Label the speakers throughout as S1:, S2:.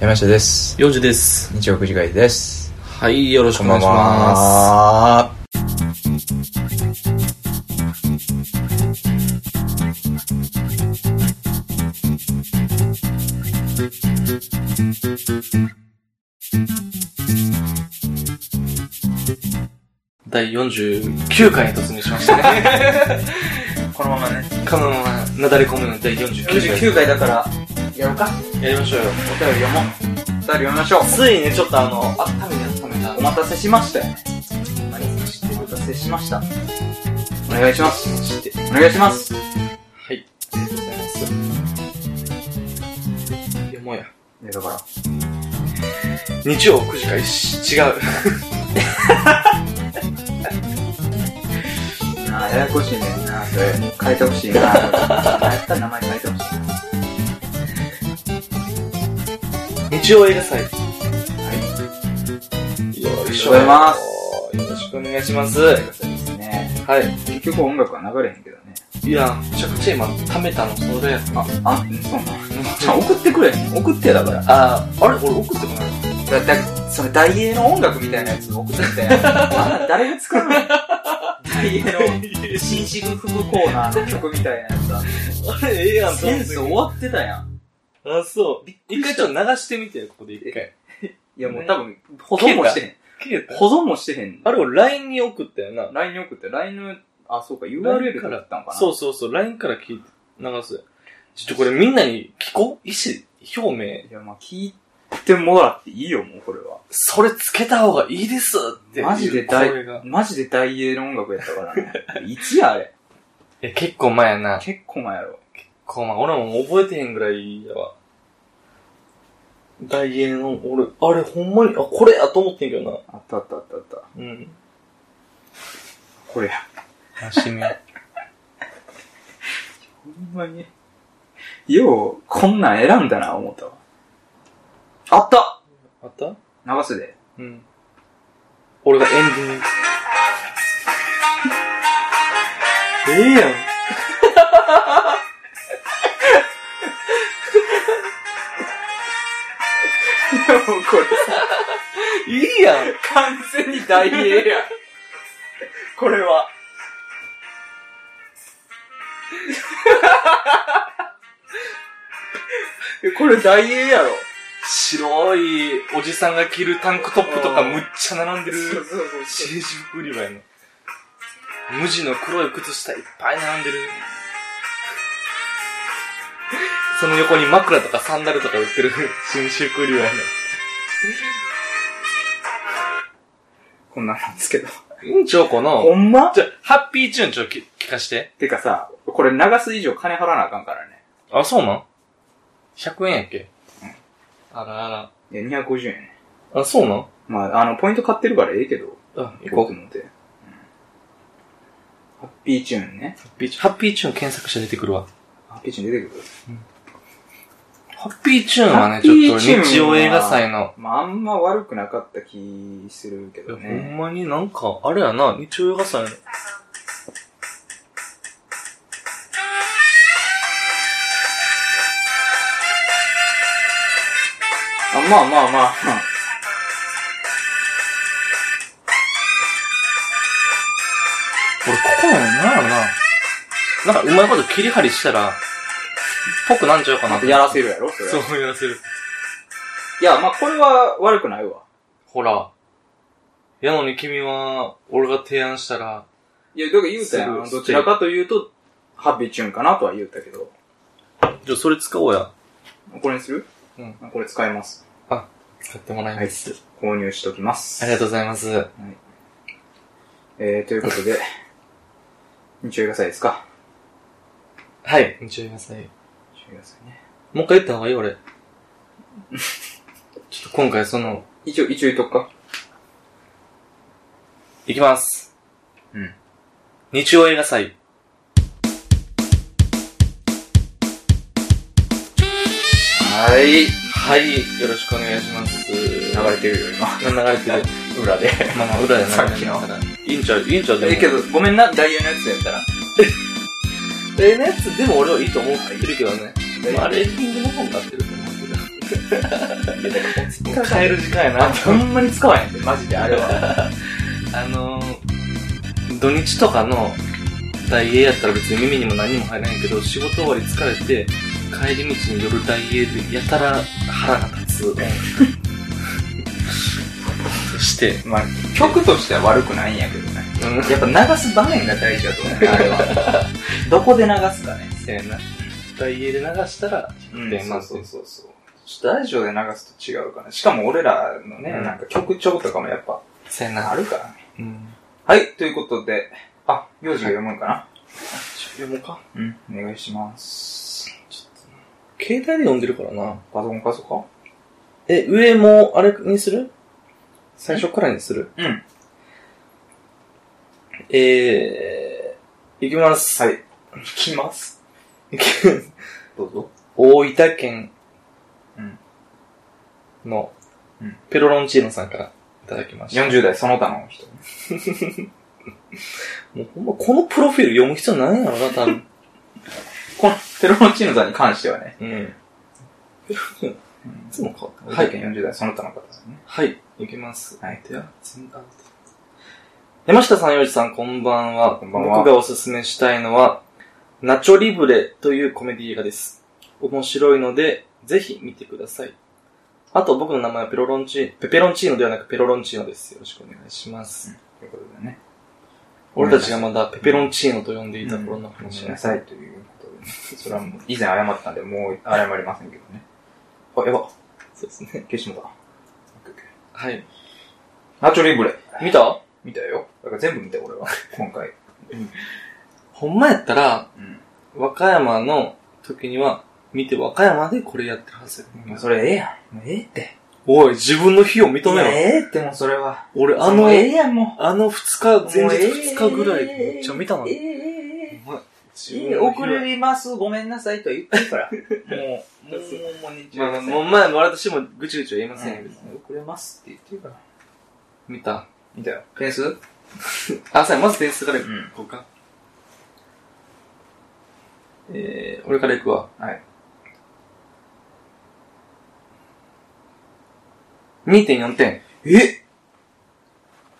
S1: 山下です
S2: 4時です
S1: 日曜9時会です
S2: はいよろしく
S1: こ
S2: お
S1: んば
S2: 願い
S1: ん
S2: しま
S1: は
S2: す第49回に突入しましたね
S3: このままね
S2: このままなだれ込むの第49回
S3: 49回だからやろうか
S2: やりましょうよ
S3: お便り読もうお便り読みましょう
S2: ついねちょっとあの温めて温めた
S3: お待たせしましたよお待たせしましたお願いします
S2: して
S3: お願いしますあ
S2: はい
S3: りがとうございます
S2: いやもうや
S3: いやだから
S2: 日曜9時回し違う
S3: なあややこしいねんなそれ変えてほしいなやったら名前変えてほしいな
S2: 日曜映画祭
S3: はい
S2: よい
S3: しょよ
S2: よろしくお願いします
S3: ありがたいですね
S2: はい
S3: 結局音楽は流れへんけどね
S2: いやめちゃくちゃ今溜めたのそれ
S3: ああうんそうなじゃあ 送ってくれ送ってだから
S2: ああれ俺送ってもらう
S3: だだその大英の音楽みたいなやつ送ってみたいなあんなん誰が作るの大英の新宿服コーナーの曲みたいなやつだ
S2: あれええやんと
S3: セ
S2: 思
S3: ン
S2: って
S3: ス終わってたやん
S2: あそう一回ちょっと流してみてよここで一回
S3: いやもう多分保存もしてへ
S2: 消えた
S3: ん保存もしてへん
S2: あれ俺 LINE に送ったよな。
S3: LINE に送って LINE のあそうか
S2: LINE
S3: URL
S2: か
S3: かららったんかな
S2: そううそうそう、LINE から聞いて、流す。ちょっとこれみんなに聞こう意思表明。
S3: いやまあ聞いてもらっていいよもうこれは
S2: それつけた方がいいですっていう
S3: マジで大
S2: 声が。
S3: マジで大英の音楽やったからねいつやあれ
S2: え、結構前やな。結
S3: 結構前やろ
S2: 構前。俺も覚えてへんぐらいやわ。大英の、俺、あれほんまに、あ、これやと思ってんけど
S3: あ
S2: な。
S3: ったあったあったあった
S2: うん。
S3: これや
S2: 楽しみ。
S3: ほんまに。よう、こんなん選んだな、思ったわ。あった
S2: あった
S3: 流すで。
S2: うん。俺がエンディング。え えやん。
S3: いや、もうこれ、
S2: い いやん。
S3: 完全に大英や。これ は。これ大英やろ。
S2: 白いおじさんが着るタンクトップとか
S3: うん
S2: むっちゃ並んでる
S3: そう
S2: 政治服売り場やの。無地の黒い靴下いっぱい並んでる。その横に枕とかサンダルとか売ってる新宿売り場や
S3: こんなんなんですけど。
S2: の。うんちょうこの、
S3: ほんま
S2: じゃ、ハッピーチューンちょっとき聞かして。
S3: てかさ、これ流す以上金払わなあかんからね。
S2: あ、そうなん ?100 円やっけあらあ
S3: いや、250円ね。
S2: ら。あ、そうなん
S3: まあ、あの、ポイント買ってるからええけど。
S2: あ、行こ
S3: 僕
S2: う。
S3: ので。うんハッピーチューンね。
S2: ハッピーチューンハッピーチューン検索して出てくるわ。
S3: ハッピーチューン出てくる
S2: ハッピーチューンは
S3: ハ
S2: ね、
S3: ッ
S2: ち
S3: ピ
S2: ょっ
S3: ー
S2: と
S3: チューンは
S2: 日曜映画祭の
S3: まあ、あんま悪くなかった気するけ
S2: いや
S3: ど
S2: ほん
S3: ね。
S2: まになんか、あれやな、日曜映画祭の。
S3: あ、まあまあまあ。
S2: 俺、ここやなんやろな。なんか、うまいこと切り張りしたら、っぽくなんちゃうかな
S3: またやらせ
S2: る。
S3: るやろそれは。
S2: そう、やらせる。
S3: いや、まあこれは悪くないわ。
S2: ほら。やのに君は、俺が提案したら、
S3: いや、だから言うたやん。
S2: すぐ
S3: どちらかというと、ハッピーチューンかなとは言うたけど。
S2: じゃあそれ使おうや。
S3: これにする
S2: うん。
S3: これ使います。
S2: 使ってもらい
S3: はい
S2: ます。。
S3: 購入しときます。
S2: ありがとうございます。
S3: えー、ということで、 日曜映画祭ですか
S2: はい。日曜映画祭。
S3: 日曜映画祭ね。
S2: もう一回言った方がいい俺。 ちょっと今回その、
S3: 一応、一応言っとくか
S2: いきます。
S3: うん。
S2: 日曜映画祭。
S3: はい。流
S2: はい。よろしくお願いします。流
S3: れてるよ、
S2: 流れてる。
S3: 今。 裏で。
S2: まあまあ、裏で流れ
S3: さっき
S2: てる
S3: の
S2: から。委員長、委員長でも。
S3: え、けど、ごめんな、ダイヤのやつやったら。
S2: ええのやつでも俺はいいと思ってるけどね。
S3: え
S2: まあ、レーティングの方になってると思うけど。 帰る時間や
S3: あ
S2: な。
S3: ほんまに使わへんで、マジで、あれは。
S2: あのー、土日とかの大英やったら別に耳にも何にも入らないけど、仕事終わり疲れて、帰り道に夜大英でやたら腹が 立つ。して、
S3: まあ、曲としては悪くないんやけどね。
S2: うん。
S3: やっぱ流す場面が大事だと思うね、あれは。 どこで流すかね。
S2: せやな。大英で流したら、
S3: うん
S2: でまあ
S3: そうそうそうそう。ちょっとラジオで流すと違うかな。しかも俺らのね、
S2: うん
S3: なんか曲調とかもやっぱ、
S2: せや
S3: あ
S2: な。
S3: るからね。
S2: うん。
S3: はい、ということで、あ、行事が読むんかな、
S2: 読もうか。
S3: うん、お願いします。
S2: 携帯で読んでるからな。
S3: パソコン貸そうか
S2: え、上も、あれにする最初からにする
S3: うん。
S2: えー、いきます。
S3: はい。行きます。どうぞ。
S2: 大分県
S3: うん
S2: の
S3: うん
S2: ペロロンチーノさんからいただきました。
S3: 40代その他の人。
S2: もうほんまこのプロフィール読む必要ないんやろな、多分。
S3: このペロロンチーノさんに関してはね。
S2: うん。
S3: うん
S2: いつも変わっ
S3: は
S2: た。
S3: い。40代その他の方ですね。
S2: はい、いきます。
S3: はい
S2: では、全然山下さん、よじさん、こんばんは。
S3: こんばんは
S2: 僕がおすすめしたいのは、ナチョリブレというコメディ映画です。面白いので、ぜひ見てください。あと、僕の名前はペロロンチー、ペペロンチーノではなくペロロンチーノです。よろしくお願いします。
S3: ということでね。
S2: 俺たちがまだペペロンチーノと呼んでいた頃の
S3: ごめん
S2: 話
S3: な
S2: ね。
S3: さいということでね。それはもう、以前謝ったんで、もう謝りませんけどね。あ、やば。
S2: そうですね。
S3: 消してもうた。
S2: はい。
S3: ナチョリブレ。
S2: 見た
S3: 見たよ。だから全部見たよ俺は。今回。
S2: ほんまやったら、
S3: うん。
S2: 和歌山の時には、見て和歌山でこれやってるはずや
S3: まあそれええやん。もうええって。
S2: おい、自分の非を認
S3: い
S2: め
S3: や
S2: ろ。
S3: ええってもうそれは。
S2: 俺、あ
S3: あの、
S2: の、
S3: ええやんもう。
S2: あの二日、前
S3: もうえ
S2: 日
S3: え
S2: 二日ぐらい、めっちゃ見たの。
S3: えええええ
S2: お前
S3: え
S2: 自
S3: え
S2: 分
S3: え
S2: の非
S3: 遅
S2: は
S3: れます、ごめんなさいとは言ってるから。もう、もう、もう、もう、
S2: まあまあ、もう前も私もぐちぐちは言いませんよ。
S3: 遅れますって言ってるから。
S2: 見た。
S3: 見たよ。ペースう
S2: あ、さあ、まず点数からい
S3: ん。
S2: こうか。えー、俺からいくわ。
S3: はい。
S2: 2.4点。
S3: え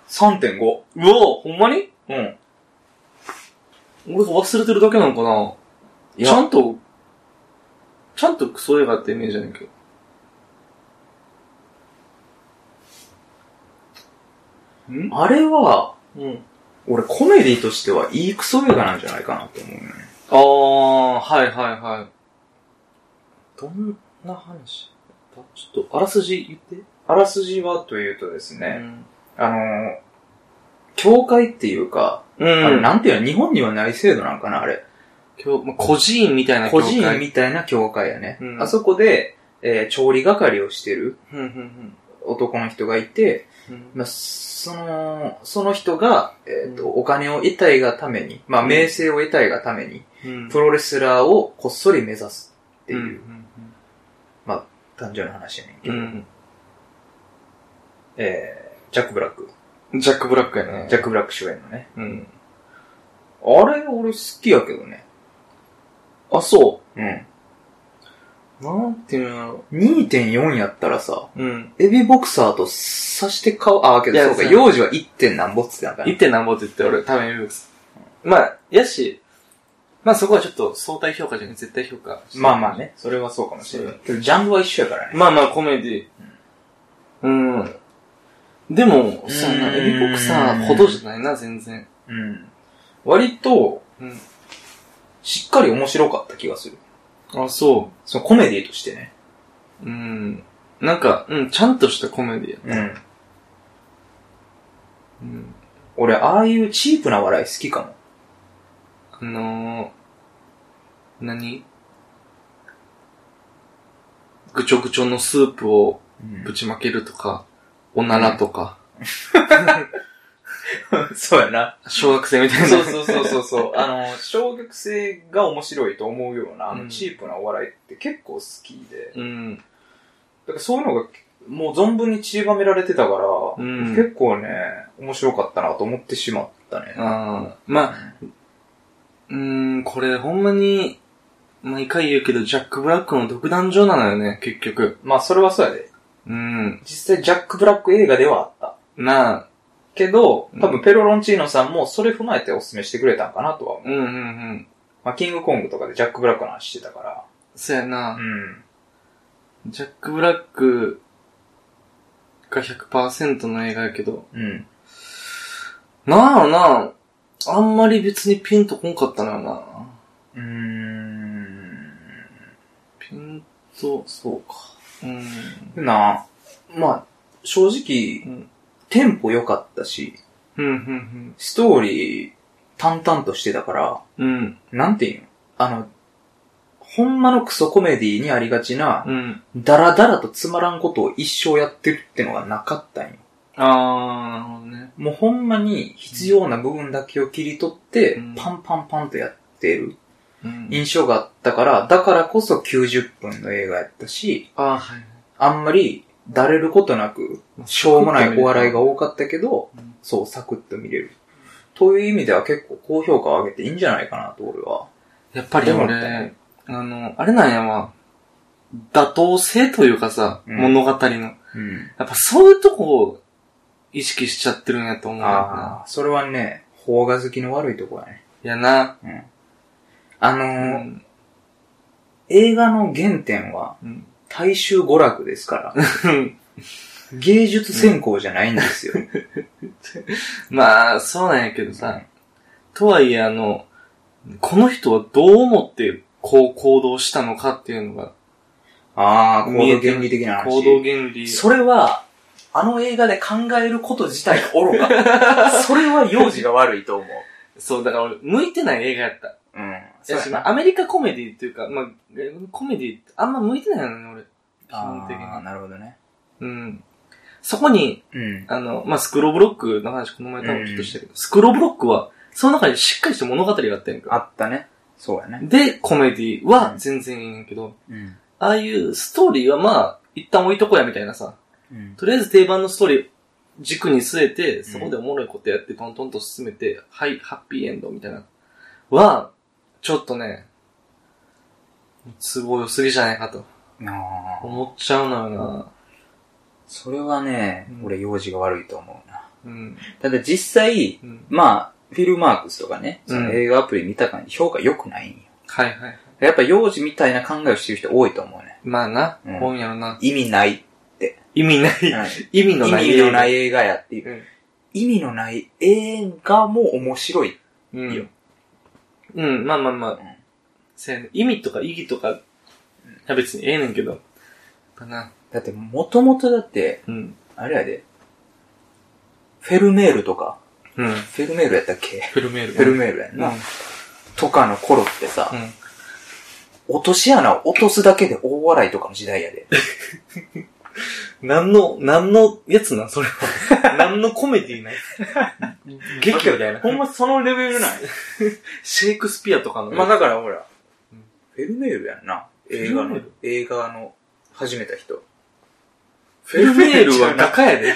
S3: ?3.5。
S2: うおほんまに
S3: うん。
S2: 俺が忘れてるだけなのかないち
S3: や
S2: ゃんと、ちゃんとクソ映画ってイメージやねんけど。ん
S3: あれは、
S2: うん。
S3: 俺コメディとしてはいいクソ映画なんじゃないかなと思うね。
S2: ああ、はいはいはい。どんな話だったちょっと、あらすじ言って。
S3: あらすじはというとです
S2: う
S3: ね、
S2: ん。
S3: あのー、教会っていうか、あ
S2: う
S3: れ
S2: ん。
S3: なんていうの、日本にはない制度なんかな、あれ。
S2: 今日、まあ、孤児院みたいな
S3: 個人
S2: 教会
S3: みたいな教会やね。
S2: うん
S3: あそこで、えー調理係をしてる
S2: うんうん
S3: 男の人がいて、
S2: うん。
S3: まあ、その、その人が、えーと
S2: うん
S3: お金を得たいがために、まあ、
S2: うん
S3: 名声を得たいがために、
S2: うん。
S3: プロレスラーをこっそり目指すって
S2: うん
S3: いう単純な話やねんけ
S2: う
S3: ど、
S2: ん。
S3: えージャック・ブラック、
S2: うん。ジャック・ブラックやね。
S3: ジャック・ブラック主演のね。
S2: うん。
S3: あれ、俺好きやけどね。
S2: あ、そ
S3: うん。
S2: う。なんていうのやろ
S3: 2.4やったらさ、
S2: うん。
S3: エビボクサーと刺して買う、あ、けど
S2: いや
S3: そうか、
S2: そう
S3: 幼児は 1. 点何ぼっつってなんかな
S2: 一点なんぼって言って、俺、多分言うです。まあ、やし、まあそこはちょっと相対評価じゃなくて絶対評価。
S3: まあまあ。ね、それはそうかもしれない。けど、ジャンルは一緒やからね。
S2: まあまあコメディ。うん。でも、
S3: ん
S2: そんな、エビボクサーほどじゃないな、全然。
S3: うん。割と、
S2: うん。
S3: しっかり面白かった気がする。
S2: あ、そ
S3: そのコメディとしてね。
S2: う。うん。なんか、うん、ちゃんとしたコメディや。
S3: うん。
S2: うん。
S3: 俺、ああいうチープな笑い好きかも。
S2: あのー、何ぐちょぐちょのスープをぶちまけるとか、おなら とか、
S3: そうやな。
S2: 小学生みたいな。
S3: そうそうそうそうそう。 あの、小学生が面白いと思うような、あ
S2: う
S3: の、
S2: ん
S3: チープなお笑いって結構好きで。
S2: うん。
S3: だからそういうのが、もう存分に散りばめられてたから、
S2: うん
S3: 結構ね、面白かったなと思ってしまったね。
S2: ああ、まあ、うーん、これほんまに、毎回言うけど、ジャック・ブラックの独壇場なのよね、結局。
S3: まあ、それはそうやで。
S2: うん。
S3: 実際ジャック・ブラック映画ではあった。
S2: なあ。
S3: けど
S2: う、ん
S3: 多分ペロロンチーノさんもそれ踏まえてお勧めしてくれたんかなとは思う。
S2: うんうんうん。
S3: まあ、キングコングとかでジャック・ブラックの話してたか
S2: そうやな
S3: ら。。ん。
S2: ジャック・ブラックが100%の映画やけど。
S3: うん。
S2: なあなあ。あんまり別にピンとこんかったのよな。
S3: うーん。
S2: ピンと、そうか。うん。
S3: なあまあ、正直、
S2: うん
S3: テンポ良かったし、
S2: うん、うん、
S3: ストーリー淡々としてたから、
S2: うん。
S3: なんていうのあの、ほんまのクソコメディにありがちな、
S2: うん。
S3: ダラダラとつまらんことを一生やってるってのがなかったんよ。
S2: あー、なるほどね。
S3: もうほんまに必要な部分だけを切り取って、
S2: うん
S3: パンパンパンとやってる
S2: うん。
S3: 印象があったから、だからこそ90分の映画やったし、
S2: あー、はい。
S3: あんまり、だれることなく、しょうもないお笑いが多かったけど
S2: うん、
S3: そう、サクッと見れる。という意味では結構高評価を上げていいんじゃないかなと、俺は。
S2: やっぱり
S3: でもね
S2: 俺、あの、あれなんやわ。妥当性というかさ、
S3: うん
S2: 物語の。やっ
S3: うん。
S2: ぱそういうとこを意識しちゃってるんやと思うよな。
S3: ああ、それはね、邦画好きの悪いとこやね。
S2: いやな。
S3: あの
S2: う
S3: ー
S2: ん。
S3: 映画の原点は
S2: うん。
S3: 大衆娯楽です から、芸術専攻じゃないんですよ。
S2: まあ、そうなんやけどさ。とはいえ、あの、この人はどう思ってこう行動したのかっていうのが、
S3: ああ、行
S2: 見え
S3: 動
S2: てる
S3: 原理的な
S2: 行動
S3: 話。
S2: 原理。
S3: それは、あの映画で考えること自体が愚か。 それは幼児が悪いと思う。
S2: そう、だから俺、向いてない映画やった。
S3: うん。
S2: いやしアメリカコメディっていうか、まあ、コメディってあんま向いてないのね、俺。基本的に。
S3: ああ、なるほどね。
S2: うん。そこに、
S3: うん。
S2: あの、まあ、スクローブロックの話、この前多分ちょっとしたけど、スクローブロックは、その中にしっかりした物語があったやん
S3: あ
S2: か。
S3: ったね。そうやね。
S2: で、コメディは全然いいんやけど、
S3: うん。
S2: ああいうストーリーはまあ、一旦置いとこうやみたいなさ、
S3: うん。
S2: とりあえず定番のストーリー軸に据えて、そこでおもろいことやって、トントンと進めて、はい、ハッピーエンドみたいな、は、ちょっとね、都合良すぎじゃないかと
S3: ああ。
S2: 思っちゃうのよな。
S3: それはね
S2: う、ん
S3: 俺幼児が悪いと思うな。
S2: うん。
S3: ただ実際、
S2: うん。
S3: まあ、フィルマークスとかね、そ
S2: うん
S3: の映画アプリ見た感じ、評価良くないんよ。
S2: はいはい。
S3: やっぱ幼児みたいな考えをしてる人多いと思うね。
S2: まあな、
S3: うん
S2: 本やろな。
S3: 意味ない。
S2: 意味ない。意味
S3: 意
S2: のない。
S3: 味のない映画やっていう。
S2: うん
S3: 意味のない映画も面白い。
S2: うん。
S3: よ
S2: うん、まあまあまあ。
S3: ん
S2: せやね意味とか意義とか、いや別にええねんけど。かな。
S3: だって、もともとだって、
S2: うん。
S3: あれやで、フェルメールとか、
S2: うん。
S3: フェルメールやったっけ
S2: フェルメール。
S3: フェルメールやん
S2: うん。う
S3: な。
S2: ん。
S3: とかの頃ってさ、落とし穴を落とすだけで大笑いとかの時代やで。
S2: 何の、何のやつなんそれ は。何のコメディーなん 劇みたいな。
S3: まそのレベルない。
S2: シェイクスピアとかの。
S3: まあだからほら
S2: うん、
S3: フェルメールやんな。映画
S2: フェ
S3: の
S2: ルメール、
S3: 映画の始めた人。
S2: フェルメールは画家やで。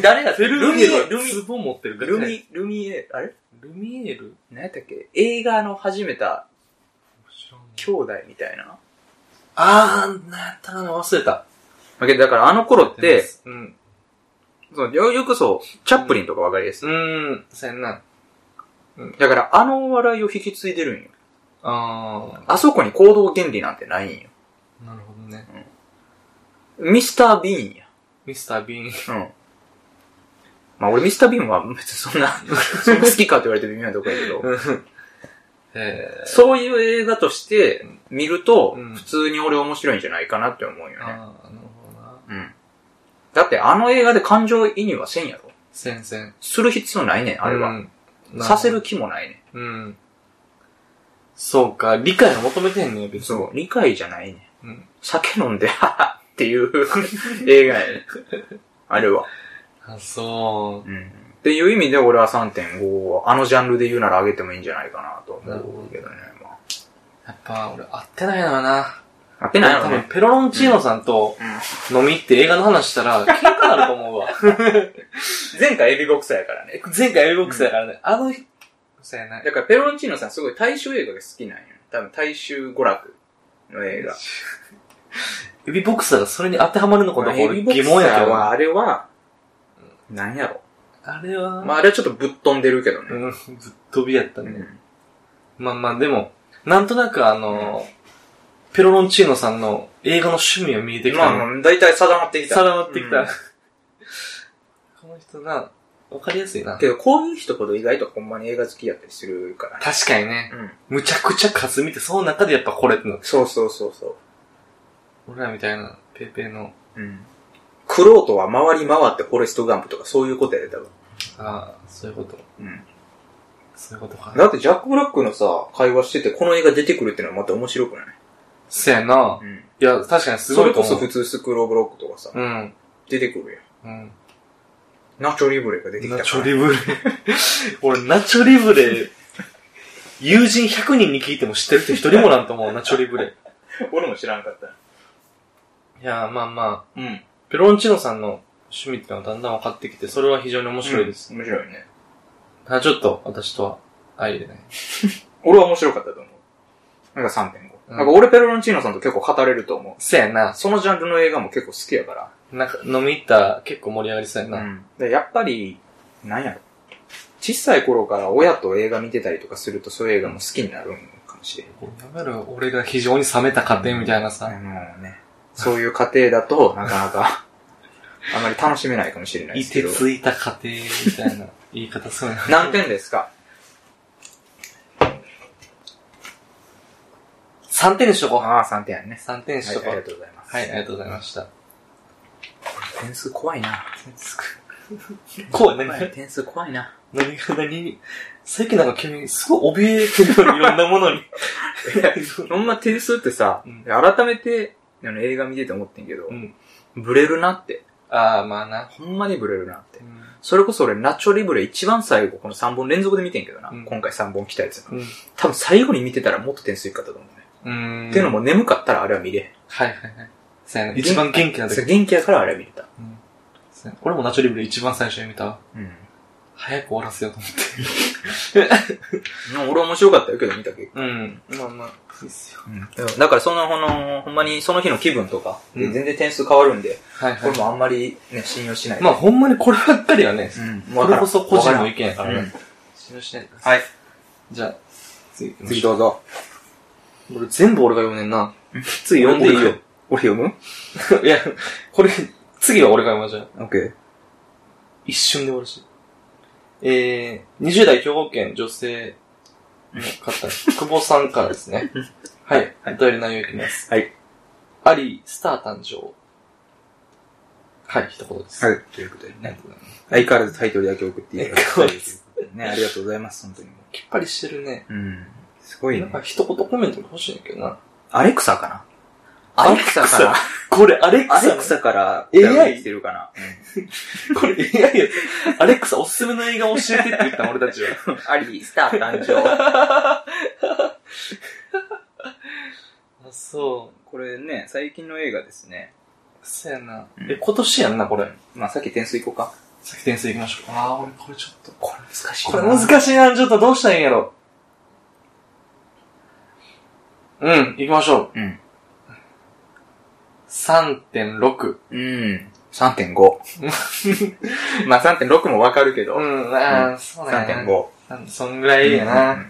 S3: 誰が
S2: フェル
S3: ル
S2: メ
S3: ミ
S2: ール
S3: エ
S2: は、
S3: ルミ、
S2: 壺持ってる画家
S3: ル
S2: やで。
S3: ミ、ルミエ、あれ
S2: ルミエール
S3: 何やったっけ映画の始めた
S2: 知らん
S3: 兄弟みたいな。
S2: あー、なんやったかな忘れた。
S3: だけどだからあの頃って、、
S2: うん。
S3: そのよよくそう、チャップリンとかわかりやす
S2: う
S3: い。
S2: ーん、そうやんな。
S3: だからあの笑いを引き継いでるんよ。
S2: あー。
S3: あそこに行動原理なんてないんよ。
S2: なるほどね。
S3: ミスター・ビーンや。
S2: ミスター・ビーン。
S3: うん。まあ俺ミスター・ビーンは別にそんな、 そんな好きかって言われて微妙なとこやけど、
S2: え
S3: そういう映画として見ると
S2: うん、
S3: 普通に俺面白いんじゃないかなって思うよ
S2: ー、
S3: ね。
S2: ああ、なるほどな。
S3: うん。だってあの映画で感情移入はせんやろ。
S2: 戦線。
S3: する必要ないねん、あれは。
S2: うん
S3: させる。気もないね
S2: うん。そうか、理解を求めてんねや、
S3: ん。
S2: 別に。
S3: そう、理解じゃないねん。
S2: うん。
S3: 酒飲んで、ははっていう 映画やねん。あれは。
S2: あ、そ
S3: うん。っていう意味で俺は3.5をあのジャンルで言うなら上げてもいいんじゃないかなと思うけどね。ま
S2: う。やっぱ、俺、合ってないのよな。
S3: あ、合ってない
S2: 多
S3: の
S2: 分
S3: ね。
S2: ペロロンチーノさんと飲み行って映画の話し たら、喧嘩なると思うわ。
S3: 前回エビボクサーやからね。
S2: 前回エルボックスやからね。あの人、そうやな。
S3: だからペロンチーノさんすごい大衆映画が好きなんよ。多分大衆娯楽の映画。
S2: エビボクサーがそれに当てはまるのかどうか
S3: ヘビ
S2: 俺
S3: ーボク
S2: 疑
S3: サ
S2: 問やけ
S3: ー
S2: ど
S3: は、
S2: な。
S3: あれは、なんやろ。
S2: あれは、
S3: まあ、あれはちょっとぶっ飛んでるけどね。
S2: うん、ぶっ飛びやった
S3: う
S2: ね。
S3: ん。
S2: まあまあでも、なんとなくあの、ペロロンチーノさんの映画の趣味が見えてき
S3: ま
S2: た
S3: あ
S2: ね。
S3: まあ、だいたい定まってきた。
S2: さらわってきた。
S3: うん
S2: この人な、わかりやすいな。
S3: け
S2: 確
S3: ど、こういう人ほど意外とほんまに映画好きやったりするから。
S2: かにね、
S3: うん。
S2: むちゃくちゃ数見て、その中でやっぱこれっての。
S3: そうそうそうそ
S2: 俺らみたいな、ペーペーの、
S3: う。うん。クロートは回り回ってフォレストガンプとかそういうことやで、多分。
S2: ああ、そういうこと。
S3: うん。
S2: そういうことか。
S3: だってジャック・ブラックのさ、会話してて、この映画出てくるってのはまた面白くない
S2: せやな。
S3: うん。
S2: いや、確かにす
S3: そ
S2: ご
S3: れ
S2: いと
S3: こ
S2: 思う。
S3: そ普通スクローブロックとかさ、
S2: うん。
S3: 出てくるやん。
S2: うん。
S3: ナチョリブレが出てきた
S2: ナ
S3: から。
S2: チョリブレ。 俺、ナチョリブレ、友人100人に聞いても知ってる人一人もなんと思う、ナチョリブレ。
S3: 俺も知らんかった。
S2: いやー、まあまあ、
S3: うん。
S2: ペロンチーノさんの趣味ってのはだんだん分かってきて、それは非常に面白いです。
S3: うん。面白いね。
S2: ただちょっと、私とは、相入れない。
S3: 俺は面白かったと思う。なんか3.5。
S2: うん
S3: なんか俺ペロロンチーノさんと結構語れると思
S2: せや
S3: う。
S2: な。
S3: そのジャンルの映画も結構好きやから。
S2: なんか、飲み行ったら結構盛り上がりそうやな。
S3: うん。で、やっぱり、なんやろ。小さい頃から親と映画見てたりとかするとそういう映画も好きになるんかもしれん。
S2: やめろよ、俺が非常に冷めた家庭みたいなさ。
S3: あのね、そういう過程だと、なかな か、あまり楽しめないかもしれないで
S2: い
S3: すけ
S2: て
S3: ど。
S2: ついた家庭みたいな言い方するな。
S3: 何点ですか
S2: 3点にしとこう。
S3: ああ、3点やね。
S2: 3点にし
S3: はい、
S2: と
S3: あ
S2: こ
S3: りが
S2: う。
S3: とうございます。
S2: はい、ありがとうございました。
S3: 点数怖いな。
S2: こうね。
S3: 怖い点数怖いな。
S2: 何が何最近なんか君、すごい怯えて るよ、いろんなものに。
S3: ほんま点数ってさ、
S2: うん
S3: 改めて、あの映画見てて思ってんけど、
S2: うん。
S3: ブレるなって。
S2: ああ、まあな。
S3: ほんまにブレるなって。それこそ俺、ナチョリブレ一番最後、この3本連続で見てんけどな。
S2: うん
S3: 今回3本来たやつ。
S2: うん。
S3: 多分最後に見てたらもっと点数いくかったと思うね。
S2: うん。
S3: っていうの。も眠かったらあれは見れ
S2: はいはいはい。そうやね。
S3: 元
S2: 一番元気
S3: へ。
S2: なん時。
S3: そう元気やからあれは見れた。
S2: そうやね俺もナチョリブル一番最初に見たわ。
S3: うん。
S2: 早く終わらせようと思って。
S3: 俺面白かったよけど見たけど。
S2: うん。まあまあ、いいっすよ。
S3: だからその、ほの、ほんまにその日の気分とか、で
S2: うん
S3: 全然点数変わるんで、
S2: はいは
S3: 俺
S2: い。
S3: もあんまりね、信用しない。
S2: まあほんまにこればっかりはね、
S3: うん、
S2: これこそ個人の意
S3: 見
S2: 見やか
S3: う
S2: らね
S3: ん。。
S2: 信用しないでください。
S3: はい。
S2: じゃあ、次行きましょう
S3: 次どうぞ。
S2: 俺全 部俺が読むねんな。次
S3: 読ん
S2: 読ん
S3: で
S2: で
S3: いい
S2: いい
S3: よ
S2: よ。。
S3: 俺読む
S2: いや、これ、次は俺が読むじゃん。
S3: オッケー。
S2: 一瞬で終わるし。えー、20代兵庫県女性の 方、久保さんからですね。はい、お便り内容いきます。
S3: はい。
S2: アリー、スター誕生。はい、一言です。
S3: はい。ということで
S2: ありが
S3: ね。
S2: とうございます。
S3: 相変わらずタイトルだけ送っていただき
S2: か
S3: た
S2: わ
S3: い
S2: いい
S3: ということでね、ありがとうございます、本当に。
S2: きっぱりしてるね。
S3: うん。すごい
S2: なん
S3: ね
S2: か。一言コメントが欲しいんだけどな。
S3: アレクサかな
S2: ア
S3: ア
S2: レ
S3: レ
S2: ク
S3: ク
S2: サ
S3: サから、
S2: これ、アレク
S3: ア
S2: サの、
S3: レクサから、
S2: AI
S3: 来てるかな。
S2: これ、いやいや、アレクサおすすめの映画教えてって言ったの俺たちは。
S3: アリー、スター誕生。
S2: あ、そう。
S3: これね、最近の映画ですね。
S2: そうやな。
S3: うん
S2: え、今年やんな、これ。
S3: まあさっき点数いこうか。
S2: さっき点数いきましょう。あー、俺これちょっと。
S3: これ難し
S2: これ難しいな、ちょっとどうしたらいいんやろ。うん、行きましょう。
S3: うん。
S2: 3.6。
S3: うん。3.5。まあ3.6もわかるけど、
S2: うん、ああ、そうだね。
S3: 3.5。
S2: 3.5。そんぐらいやな。
S3: うん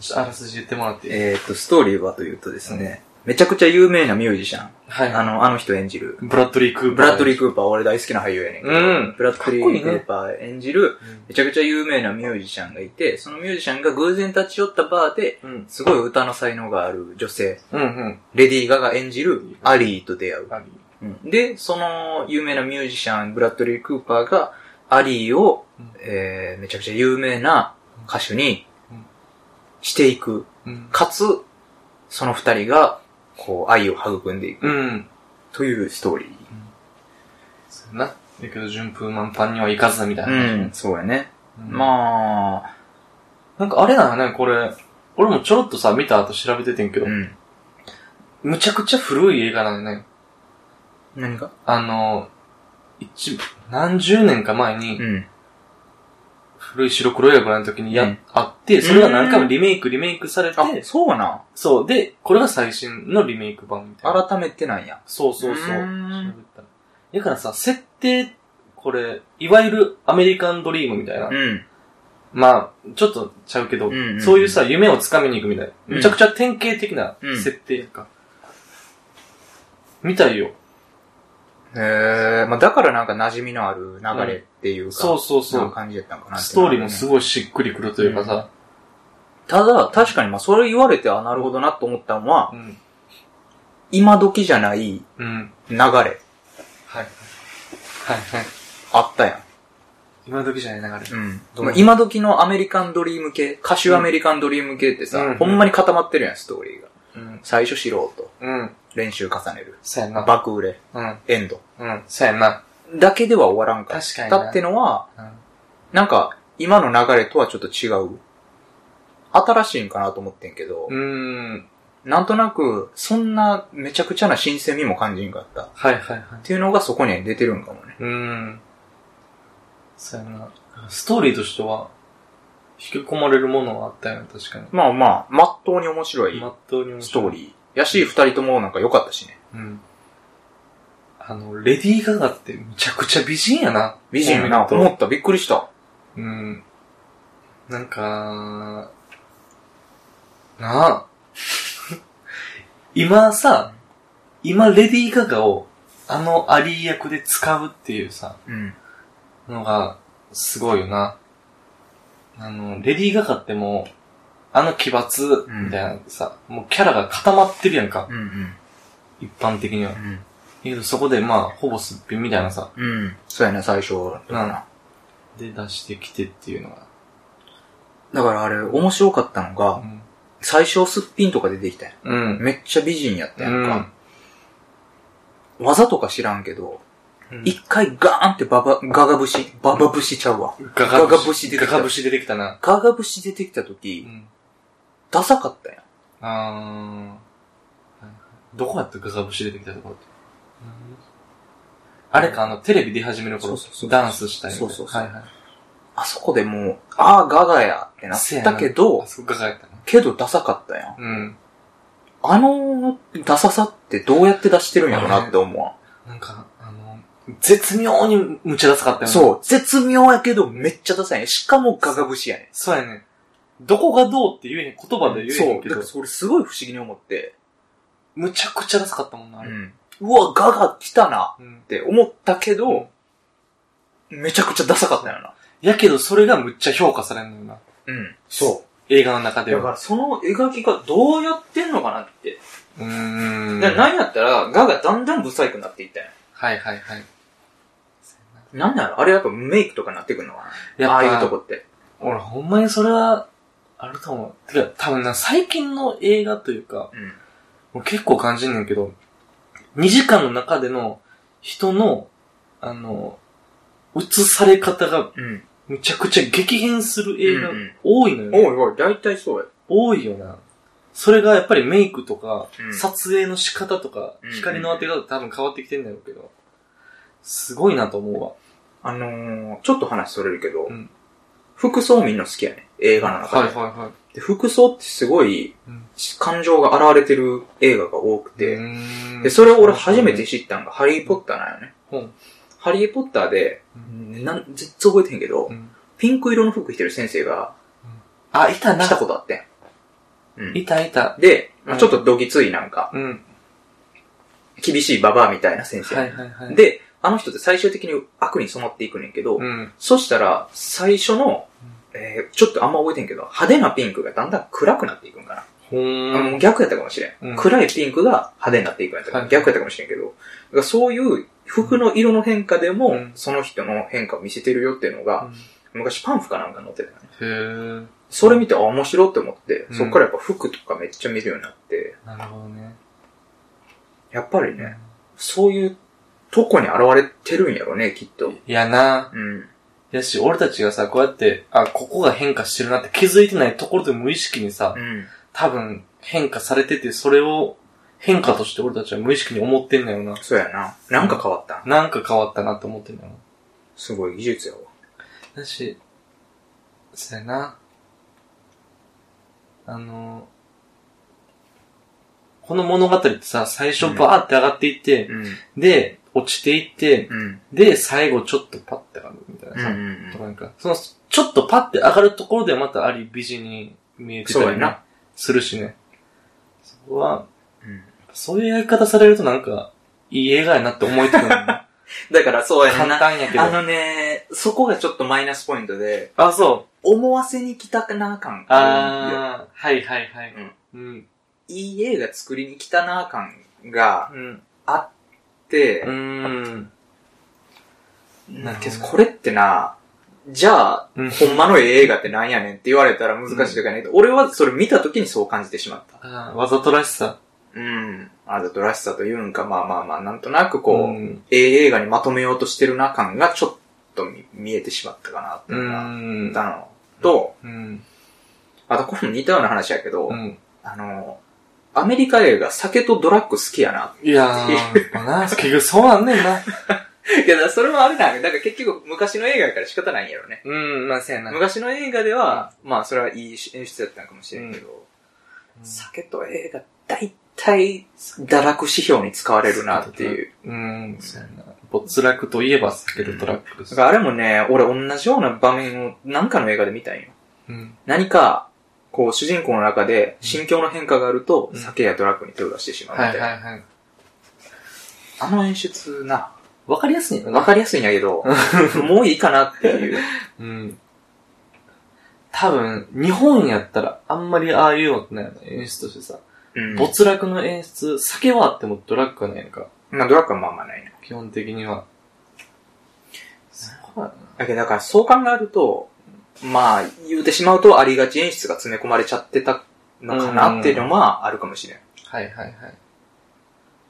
S2: ちょっとあらすじ言ってもらっていい
S3: えっ、と、ストーリーはというとですね、めちゃくちゃ有名なミュージシャン。
S2: はい。
S3: あの、あの人演じる。
S2: ブラッドリー・クーパー。
S3: ブラッドリー・クーパー、俺大好きな俳優やねんけど、
S2: うん
S3: ブラッドリ
S2: かっこい
S3: ー・
S2: い
S3: ク
S2: ね
S3: ーパー演じる、めちゃくちゃ有名なミュージシャンがいて、そのミュージシャンが偶然立ち寄ったバーで、
S2: うん。うん。
S3: すごい歌の才能がある女性、
S2: うん、うん。
S3: レディー・ガガ演じるアリーと出会う。
S2: あり
S3: で、その有名なミュージシャン、ブラッドリー・クーパーが、アリーを、
S2: うん
S3: えー、めちゃくちゃ有名な歌手に
S2: うん
S3: していく。
S2: うん。
S3: かつ、その二人が、こう、愛を育んでいく
S2: うん。
S3: というストーリー。
S2: そうやな。だけど、順風満帆にはいかずみたいな。
S3: うん、そうやね。
S2: あ。
S3: まあ、
S2: なんかあれだよね、これ。俺もちょろっとさ、見た後調べててんけど
S3: う、ん。
S2: むちゃくちゃ古い映画なんだよね。
S3: 何か
S2: あの、一、何十年か前に、
S3: うん。
S2: 古い白黒映画の時にや、
S3: うん
S2: あって、それが何回もリメイク、リメイクされて、
S3: あ、そうな。
S2: そう、で、これが最新のリメイク版みたいな。
S3: 改めてなんや。
S2: そうそうそ
S3: う
S2: う調
S3: ーん
S2: べたら。だからさ、設定、これ、いわゆるアメリカンドリームみたいな。
S3: うん。
S2: まあ、ちょっとちゃうけど、
S3: うんうんうん
S2: そういうさ、夢をつかみに行くみたいな。
S3: うん
S2: めちゃくちゃ典型的な
S3: うん
S2: 設定やんか。みたいよ。
S3: へえ、まあだからなんか馴染みのある流れっていうか、
S2: そうそうそ
S3: な
S2: う。
S3: 感じやったんかなって
S2: ストーリーもすごいしっくりくるというかさ。
S3: ただ、確かにまあそれ言われて、あ、なるほどなと思ったのは、
S2: うん。
S3: 今時じゃない
S2: うん。
S3: 流れ、
S2: はい。はいはい。
S3: あったや
S2: 今時じゃない流れ。
S3: ん。うん。今時のアメリカンドリーム系、歌手アメリカンドリーム系ってさ、
S2: うん
S3: ほんまに固まってるやん、ストーリーが。
S2: うん。
S3: 最初素人、
S2: うん。
S3: 練習重ねる、
S2: そうやんな。
S3: 爆売れ、
S2: うん。
S3: エンド。
S2: うん。そうやんな。
S3: だけでは終わらんかっ
S2: 確かにな
S3: たってのは、
S2: うん
S3: なんか、今の流れとはちょっと違う。新しいんかなと思ってんけど、
S2: うーん。
S3: なんとなく、そんなめちゃくちゃな新鮮味も感じんかった。っ
S2: はいはいはい。
S3: ていうのがそこには出てるんかもね。
S2: うーん。そうやな。ストーリーとしては、引き込まれるものはあったよね、確かに。
S3: まあまあ、まっとうに面白い
S2: まっとうに面
S3: スト
S2: 白
S3: ー
S2: い
S3: リー。やし、二人ともなんか良かったしね。
S2: うん。あの、レディー・ガガってむちゃくちゃ美人やな。
S3: 美人や
S2: こ
S3: な。
S2: う見
S3: 思
S2: る
S3: った。びっくりした。
S2: とうん。なんか、なあ。 今さ、今レディー・ガガをあのアリー役で使うっていうさ、
S3: うん。
S2: のがすごいよな。あの、レディー・ガガってもう、あの奇抜みたいなさ、もうキャラが固まってるやんか
S3: う、んうん。
S2: 一般的には
S3: う。ん。
S2: けどそこでまあ、ほぼすっぴんみたいなさ、
S3: うん。そうやな、最初だったかな。
S2: で出してきてっていうのが。
S3: だからあれ、面白かったのが、最初すっぴんとか出てきたやん。
S2: うん。
S3: めっちゃ美人やった
S2: う
S3: やんか
S2: ん。。
S3: 技とか知らんけど、一回ガーンってババ、ガガ節、ババ節ちゃうわ。
S2: ガ
S3: ガガ
S2: 節
S3: 節出てきた
S2: ガガ節出てきたな。
S3: ガガ節出てきた
S2: う
S3: 時、
S2: ん。
S3: ダサかったやん。
S2: あー。どこやったガガ節出てきたところって。あれか、あの、テレビ出始める頃
S3: そうそうそ、う
S2: ダンスしたり。
S3: そうそうそう
S2: はいはい。
S3: あそこでもう、ああ、ガガやってなっ
S2: せやな
S3: たけど
S2: あ、そこガガやったな。
S3: けどダサかったやん。
S2: うん。
S3: あの、ダサさってどうやって出してるんやろなって思わん。
S2: なんか、あの、絶妙にむちゃダサかったよね。う。
S3: そう、絶妙やけどめっちゃダサいね。しかもガガ節やね
S2: そうやね。どこがどうって言えへん、言葉で
S3: ん。
S2: 言えへ
S3: そ
S2: ん
S3: う、
S2: け
S3: だか
S2: ど
S3: ら、それすごい不思議に思って、
S2: むちゃくちゃダサかったもんな、あ
S3: う
S2: れ。
S3: ん。うわ、ガガ来たな
S2: うん
S3: って思ったけど、めちゃくちゃダサかったよな。
S2: やけど、それがむっちゃ評価されるのよな。
S3: うん。そう。
S2: 映画の中で
S3: だか
S2: は。
S3: らその描きがどうやってんのかなって。
S2: うーん。
S3: だからなんやったら、ガがだんだんブサイクになっていったんや
S2: はいはいはい。
S3: なんなのあれやっぱメイクとかになってくんのか
S2: や
S3: な
S2: っぱ
S3: ああいうとこって。
S2: 俺ほんまにそれは、あると思う。てか、多分な、最近の映画というか、
S3: うん。
S2: もう結構感じんねんけど、2時間の中での人の、あの、映され方が
S3: うん。
S2: むちゃくちゃ激変する映画
S3: うんうん
S2: 多いのよね、
S3: おいおい、だいたいそうや。
S2: 多いよな。それがやっぱりメイクとか、
S3: うん
S2: 撮影の仕方とか、
S3: うん
S2: 光の当て方多分変わってきてんだろうけど、すごいなと思うわ。
S3: あのー、ちょっと話それるけど、
S2: うん
S3: 服装みんな好きやね。映画の中で。
S2: はいはい。
S3: で服装ってすごい
S2: うん、
S3: 感情が現れてる映画が多くて、
S2: で
S3: で、それを俺初めて知ったんが、ハリーポッターなんよね。
S2: うん
S3: ハリーポッターで、
S2: うん
S3: なん、ずっと覚えてへんけど、
S2: うん
S3: ピンク色の服着てる先生が、
S2: あ、いたな
S3: 来。たことあってん。うん
S2: いたいた。
S3: で、ま
S2: う
S3: あ、
S2: ん
S3: ちょっとどぎついなんか、
S2: うん。
S3: 厳しいババアみたいな先生。
S2: はいはいはい。
S3: で、あの人って最終的に悪に染まっていくねんけど、
S2: うん。
S3: そしたら、最初の、えー、ちょっとあんま覚えてんけど、派手なピンクがだんだん暗くなっていくんか
S2: ほ
S3: な。
S2: ー
S3: あの
S2: ん。
S3: 逆やったかもしれん,、
S2: うん
S3: 暗いピンクが派手になっていくんやったか、
S2: はい
S3: 逆やったかもしれんけど、だからそういう服の色の変化でも、
S2: うん
S3: その人の変化を見せてるよっていうのが、昔パンフかなんか載ってたね。
S2: へー。
S3: それ見て、あ、面白いって思って、
S2: うん
S3: そっからやっぱ服とかめっちゃ見るようになって、
S2: なるほどね。
S3: やっぱりね、そういうとこに現れてるんやろね、きっと。
S2: いやな。
S3: うん。
S2: やし、俺たちがさ、こうやって、あ、ここが変化してるなって気づいてないところで無意識にさ
S3: う、ん。
S2: 多分変化されてて、それを変化として俺たちは無意識に思ってんだよな。
S3: そうやな。なんか変わった。
S2: なんか変わったなって思ってんだよな。
S3: すごい技術やわ。
S2: だし、そうやな。あの、この物語ってさ、最初
S3: うん
S2: バーって上がっていって、
S3: うん。
S2: で、落ちていって、
S3: うん。
S2: で、最後ちょっとパッて上がるみたいな
S3: う
S2: さ。
S3: ん
S2: と。かなんか、その、ちょっとパッて上がるところでまたあり美人に見えて
S3: そう
S2: た
S3: や
S2: り
S3: な
S2: な、するしね。そこは、
S3: うん。
S2: そういうやり方されるとなんか、いい映画やなって思いつくの。簡
S3: だからそうやねんな。
S2: 単や けど
S3: あ。のね、そこがちょっとマイナスポイントで、
S2: あ、そう。
S3: 思わせに来たな感が
S2: あー、はいはいはい。うん。
S3: いい映画作りに来たな感が
S2: うん。
S3: あって、
S2: うん。
S3: なんていうんですかこれってな、じゃあ、
S2: うん
S3: ほんまのええ映画ってなんやねんって言われたら難しいとかね、俺はそれ見た時にそう感じてしまった。
S2: あーわざとらしさ。
S3: うん。あざとらしさというんか、まあまあまあ、なんとなくこう、
S2: ん。
S3: ええ映画にまとめようとしてるな感がちょっと見見えてしまったかなっていううのがあっ
S2: ん。
S3: たのと、
S2: うん。
S3: あとこれも似たような話やけど、
S2: うん。
S3: あの、アメリカ映画酒とドラッグ好きやな。
S2: いやー、やっぱな、結局そうなんねんな。
S3: いや、だからそれもあれなんだ。だから結局昔の映画やから仕方ないんやろね。
S2: うん、まあせやな
S3: 昔の映画では、まあそれはいい演出だったのかもしれんけど、酒と映画大体堕落指標に使われるなっていう。
S2: うん、そうやな。没落といえば酒とトラックです
S3: だからあれもね、俺同じような場面を何かの映画で見たんよ。
S2: うん。
S3: 何か、こう主人公の中で心境の変化があると、
S2: うん
S3: 酒やドラッグに手を出してしまうみ
S2: は
S3: た
S2: い
S3: いな。
S2: はいはい。
S3: あの演出な、
S2: わかりやすいよ
S3: わかりやすいんやけど、 もういいかなっていう。
S2: うん。多分、日本やったら、あんまりああいうのってないよね演出としてさ。
S3: うん。
S2: 没落の演出、酒はあってもドラッグはないやんか。
S3: まあドラッグはまあまあないな。
S2: 基本的には。そうやな。
S3: だけど、だからそう考えると、まあ、言うてしまうと、ありがち演出が詰め込まれちゃってたのかなっていうのはあるかもしれん。
S2: はいはいはい。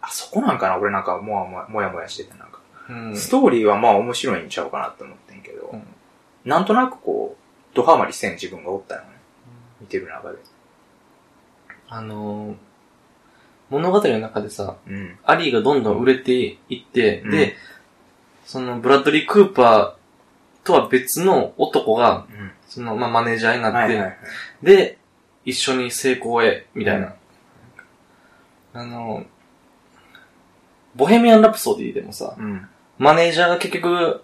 S3: あ、そこなんかな俺なんかもやもや、もやもやしててなんか。
S2: うん。
S3: ストーリーはまあ面白いんちゃうかなって思ってんけど、
S2: うん
S3: なんとなくこう、ドハマりせん自分がおったのね。見てる中で。
S2: あのー、物語の中でさ、
S3: うん。
S2: アリーがどんどん売れていって、
S3: うん
S2: で、その、ブラッドリー・クーパーとは別の男が、
S3: うん。
S2: その、まあ、マネージャーになって、
S3: はいはいはい。
S2: で、一緒に成功へ、みたいな。あの、ボヘミアン・ラプソディでもさ、
S3: うん。
S2: マネージャーが結局、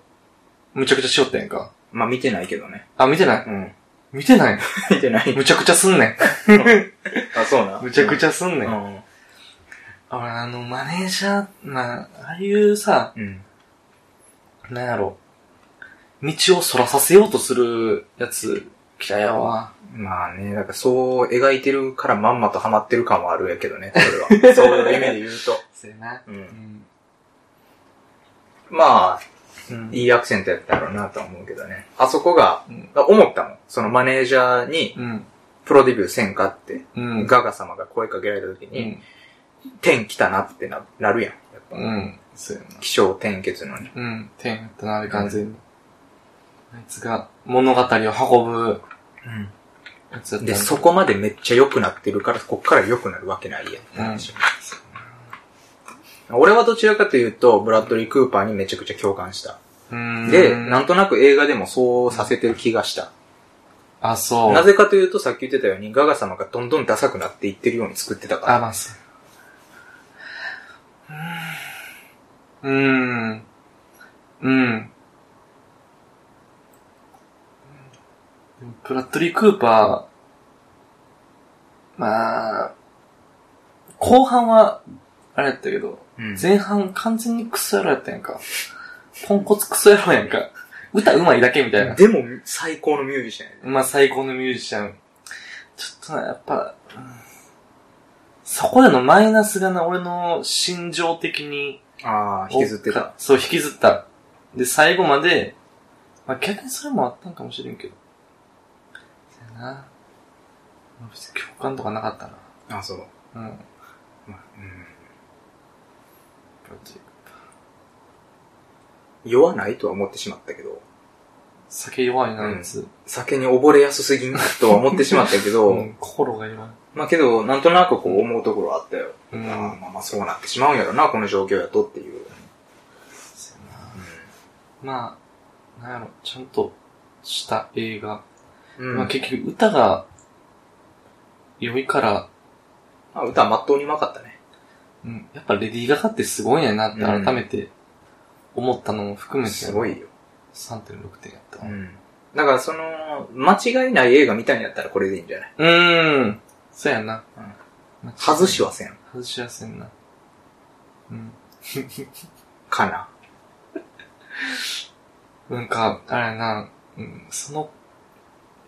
S2: むちゃくちゃしよったやんか。
S3: まあ見てないけどね。
S2: あ、見てない
S3: うん。
S2: 見てない
S3: 見てない。
S2: むちゃくちゃすんね
S3: あ、 そうな。
S2: ん。むちゃく
S3: ゃ。
S2: ちゃすんねん。
S3: うん。
S2: 俺、あの、マネージャー、まあ、ああいうさ、
S3: うん。
S2: なんやろ、道をそらさせようとするやつ、嫌いやわ。
S3: まあね、だからそう描いてるからまんまとハマってる感はあるやけどね、そ れは。そういう意味で言うと。
S2: そうやな。
S3: う。
S2: うんん。
S3: まあ、
S2: うん。
S3: いいアクセントやったろうなとは思うけどね。あそこが、
S2: うん
S3: 思ったもん。そのマネージャーに
S2: うん。
S3: プロデビューせんかって、
S2: うん。
S3: ガガ様が声かけられた時
S2: う
S3: に、
S2: ん。
S3: 天来たなってななるやん。やっぱ、
S2: うん。そうやな。
S3: 気象転結のに。
S2: うん、天やったな、あれ完全に。あいつが物語を運ぶやつだった
S3: で、そこまでめっちゃ良くなってるから、こっから良くなるわけないやんって話。俺はどちらかというと、ブラッドリー・クーパーにめちゃくちゃ共感した。
S2: うん。
S3: で、なんとなく映画でもそうさせてる気がした。
S2: あ、そう。
S3: なぜかというと、さっき言ってたように、ガガ様がどんどんダサくなっていってるように作ってたから
S2: あ、。まあ、そう。うーん。うん。でもブラッドリー・クーパー、まあ、後半は、あれやったけど、
S3: うん
S2: 前半完全にクソ野郎やったやんか。ポンコツクソ野郎やんか。歌うまいだけみたいな。
S3: でも、最高のミュージシャンやね。
S2: まあ最高のミュージシャン。ちょっとな、やっぱ、うんそこでのマイナスがな、俺の心情的に。
S3: ああ、引きずってた。。
S2: そう、引きずった。で、最後まで、まあ逆にそれもあったんかもしれんけど。そうやな。まあ別に共感とかなかった
S3: あそう。
S2: な。うん。
S3: まあうん酔わないとは思ってしまったけど、
S2: 酒弱いな、あいつ。
S3: 酒に溺れやすすぎんとは思ってしまったけ ど、
S2: うん心が弱い。
S3: まあけど、なんとなくこう思うところはあったよ。
S2: うん
S3: ああまあまあそうなってしまうんやろな、この状況やとっていう。
S2: そうやなまあ、なんやろ、ちゃんとした映画。
S3: うん
S2: まあ結局歌が良いから、
S3: まあ、歌はまっとうにうまかったね。
S2: うん、やっぱレディーガガってすごいんやなって
S3: うん
S2: 改めて思ったのも含めて、
S3: すごいよ。
S2: 3.6点やった。
S3: ん。だからその、間違いない映画みたいにやったらこれでいいんじゃないう
S2: ーん。そうやな。
S3: 外しはせん。
S2: 外しやせんな。うん。
S3: かな。
S2: なんか、あれやな、うん、その、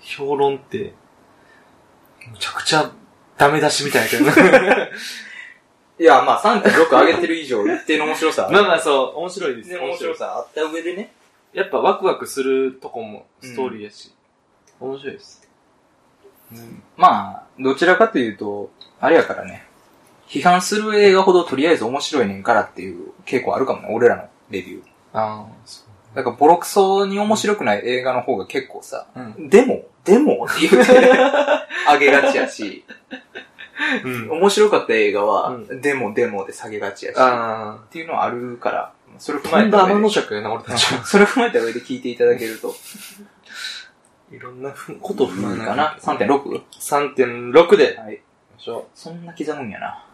S2: 評論って、むちゃくちゃダメ出しみたいやけど な。
S3: いや、まあ3.6上げてる以上、一定の面白さ。
S2: まあまあそう、面白いで
S3: 一
S2: す。
S3: 定の面白さあった上でね。
S2: やっぱワクワクするとこもストーリーやし、面白いです。うん。
S3: まあ、どちらかというと、あれやからね。批判する映画ほどとりあえず面白いねんからっていう傾向あるかもね、俺らのレビュー。
S2: ああ、そ
S3: だからボロクソに面白くない映画の方が結構さ、
S2: う。うん。
S3: でも、でもって言って、 上げがちやし、
S2: うん。
S3: 面白かった映画は、
S2: う
S3: でもでもで下げがちやし、
S2: あ
S3: っていうのはあるから、それ
S2: あ。
S3: 踏ま
S2: と
S3: え
S2: んだ
S3: た上
S2: 天
S3: で
S2: の尺やな、俺たち は。
S3: それ踏まえた上で聞いていただけると、
S2: いろんなふことを踏ま
S3: いい
S2: え
S3: か
S2: な
S3: な。3.6?
S2: 3.6で。
S3: はい。
S2: しょ
S3: そんな刻むんやな。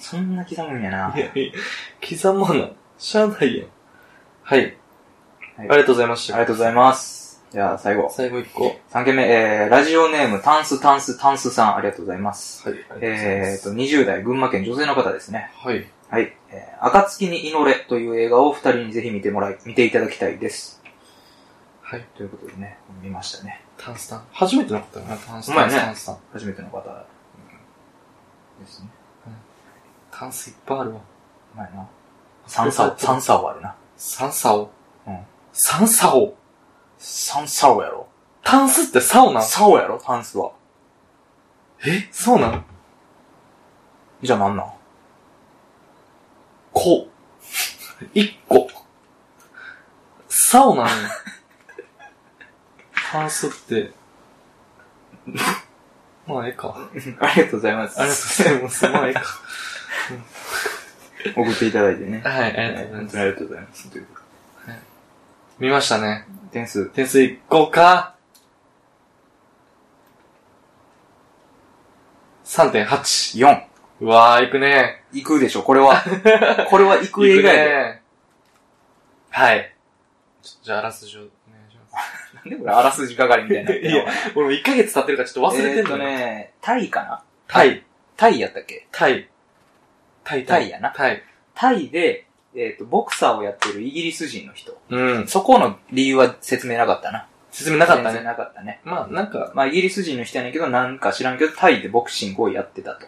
S3: そんな刻むんやな。
S2: いやいや、刻まな。しゃあないやん。はい。あ
S3: は
S2: り
S3: い
S2: がとうございまし
S3: あ
S2: た。
S3: りがとうございます。じゃあ、最後。
S2: 最後一個。はい。
S3: 3件目、えー、ラジオネーム、タンスタンスタンスさん、ありがとうございます。
S2: ありがとうございま
S3: えー
S2: す
S3: と、20代、群馬県女性の方ですね。
S2: はい。
S3: はい。えー、暁に祈れという映画を二人にぜひ見てもらい、見ていただきたいです。
S2: はい。
S3: ということでね、見ましたね。
S2: タンスタン。初めてのことだな、タンス
S3: お前
S2: タン。
S3: ね
S2: タンスタン。
S3: 初めての方ですね。
S2: タンスいっぱいあるわ。
S3: うまいな。三サオ、三サオあるな。
S2: サンサオ。
S3: うん。
S2: サンサオ。
S3: 三サオやろ。
S2: タンスってサオなん
S3: サオやろ、タンスは。
S2: えそうなん
S3: じゃあなん なん
S2: こ。一個。サオなのよ。 タンスって。まあ、ええか。
S3: ありがとうございます。
S2: ありがとうございます。まあ、ええか。
S3: 送っていただいてね。
S2: はい、ありがとうござい
S3: 本
S2: ま
S3: 当
S2: す
S3: にあ。りがとうございます。ということで
S2: 見ましたね。
S3: 点数。
S2: 点数いこうか。3.8。
S3: 4。
S2: うわー、いくね。
S3: 行くでしょ、これ は。これは行く
S2: い
S3: 映
S2: く
S3: 画やで。
S2: ね。はい。ちょっとじゃあ、あらすじをお願いしま
S3: なんでこれあらすじ係みたいになってんの
S2: いやす。俺も1ヶ月経ってるからちょっと忘
S3: え
S2: れてんの
S3: ーと
S2: ね。
S3: ね、タイかな
S2: タイ。
S3: タイやったっけ
S2: タイ。タイ、
S3: タイやな
S2: タイ。
S3: タイで、えっ、と、ボクサーをやってるイギリス人の人。
S2: うん。
S3: そこの理由は説明なかったな。
S2: 説明なかった
S3: 全然
S2: ね。
S3: なかったね。
S2: まあ、なんか、
S3: まあ、イギリス人の人やねんけど、なんか知らんけど、タイでボクシングをやってたと。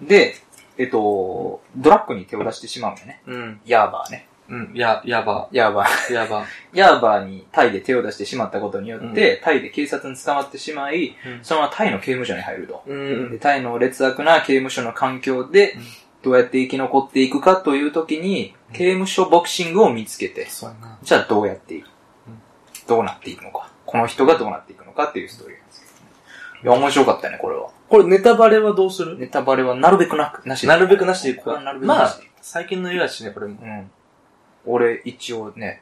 S3: で、えっ、と、ドラッグに手を出してしまうんよね。
S2: うん。
S3: ヤーバーね。
S2: うん。や、やば。
S3: ヤーバー。
S2: やば。
S3: ヤーバーにタイで手を出してしまったことによって、タイで警察に捕まってしまい、
S2: うん
S3: そのままタイの刑務所に入ると。
S2: うん
S3: で。タイの劣悪な刑務所の環境で
S2: うん、
S3: どうやって生き残っていくかという時に、
S2: うん
S3: 刑務所ボクシングを見つけて、
S2: そうやな。
S3: じゃあどうやっていく
S2: うん
S3: どうなっていくのか。この人がどうなっていくのかっていうストーリーなんですけど、ね。いや、面白かったね、これは。
S2: これ、ネタバレはどうする
S3: ネタバレはなるべくなく、なしで
S2: なるべくなしでいく
S3: これ
S2: か。
S3: はなるべく
S2: ま
S3: なし
S2: あ
S3: で、
S2: 最近の映画だしね、これも。
S3: うん。俺、一応ね、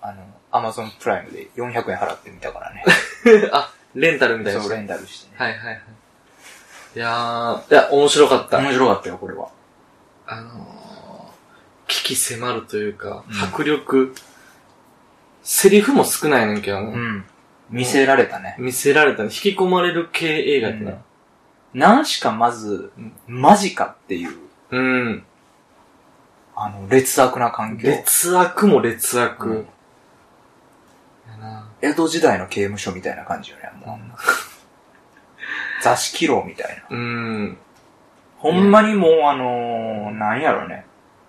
S3: あの、アマゾンプライムで400円払ってみたから ね。
S2: あ、レンタルみたいなやつ
S3: そう、
S2: ね。
S3: レンタルしてね。
S2: はいはいはい。いやー、いや、面白かっ た。
S3: 面白かったよ、これは。
S2: あのー、危機迫るというか、
S3: うん
S2: 迫力、セリフも少ないねんけど
S3: う
S2: な。
S3: ん。見せられたね。
S2: 見せられたね。引き込まれる系映画やってな。
S3: 何しかまず
S2: うん、
S3: マジかっていう、
S2: うん。
S3: あの、劣悪な環境。
S2: 劣悪も劣悪。
S3: うん
S2: やな
S3: 江戸時代の刑務所みたいな感じよね、もう。 座敷牢みたいな。
S2: うん。
S3: ほんまにもう、あのー、なんやろね。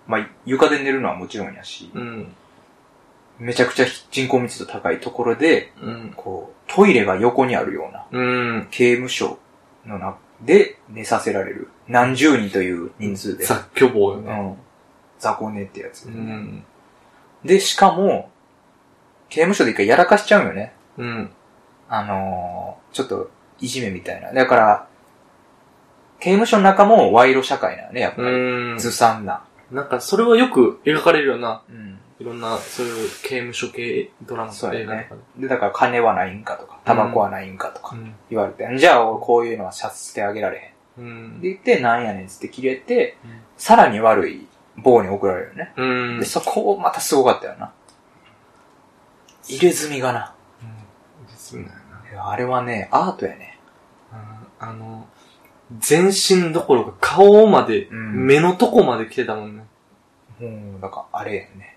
S3: まあ、床で寝るのはもちろんやし、
S2: うん。
S3: めちゃくちゃ人口密度高いところで、
S2: うん。
S3: こう、トイレが横にあるような、
S2: うん。
S3: 刑務所の中で寝させられる。何十人という人数で。
S2: 雑居房よ
S3: う
S2: ね。
S3: ん。雑魚寝ってやつ。
S2: うん。
S3: で、しかも、刑務所で一回やらかしちゃうよね。
S2: うん。
S3: あのー、ちょっと、いじめみたいな。だから、刑務所の中も賄賂社会なのね、やっぱり。
S2: うん。
S3: ずさんな。
S2: なんか、それはよく描かれるような、
S3: うん。
S2: いろんな、そういう刑務所系ドラマと
S3: そ
S2: か
S3: う
S2: 映
S3: や
S2: 画と
S3: ね
S2: かで。。
S3: で、だから金はないんかとか、タバコはないんかとか
S2: うん
S3: 言われて、じゃあ俺こういうのはシャツしてあげられへん。
S2: う
S3: っ
S2: ん
S3: て言って、なんやねんっつって切れて、
S2: うん
S3: さらに悪い棒に送られるよね。
S2: うん
S3: で、。そこをまたすごかったよな。入れ墨がな。
S2: ですね。
S3: いやあれはね、アートやね。
S2: あーあの、全身どころか顔まで、
S3: うん
S2: 目のとこまで来てたもんね。
S3: うん、だからあれやね。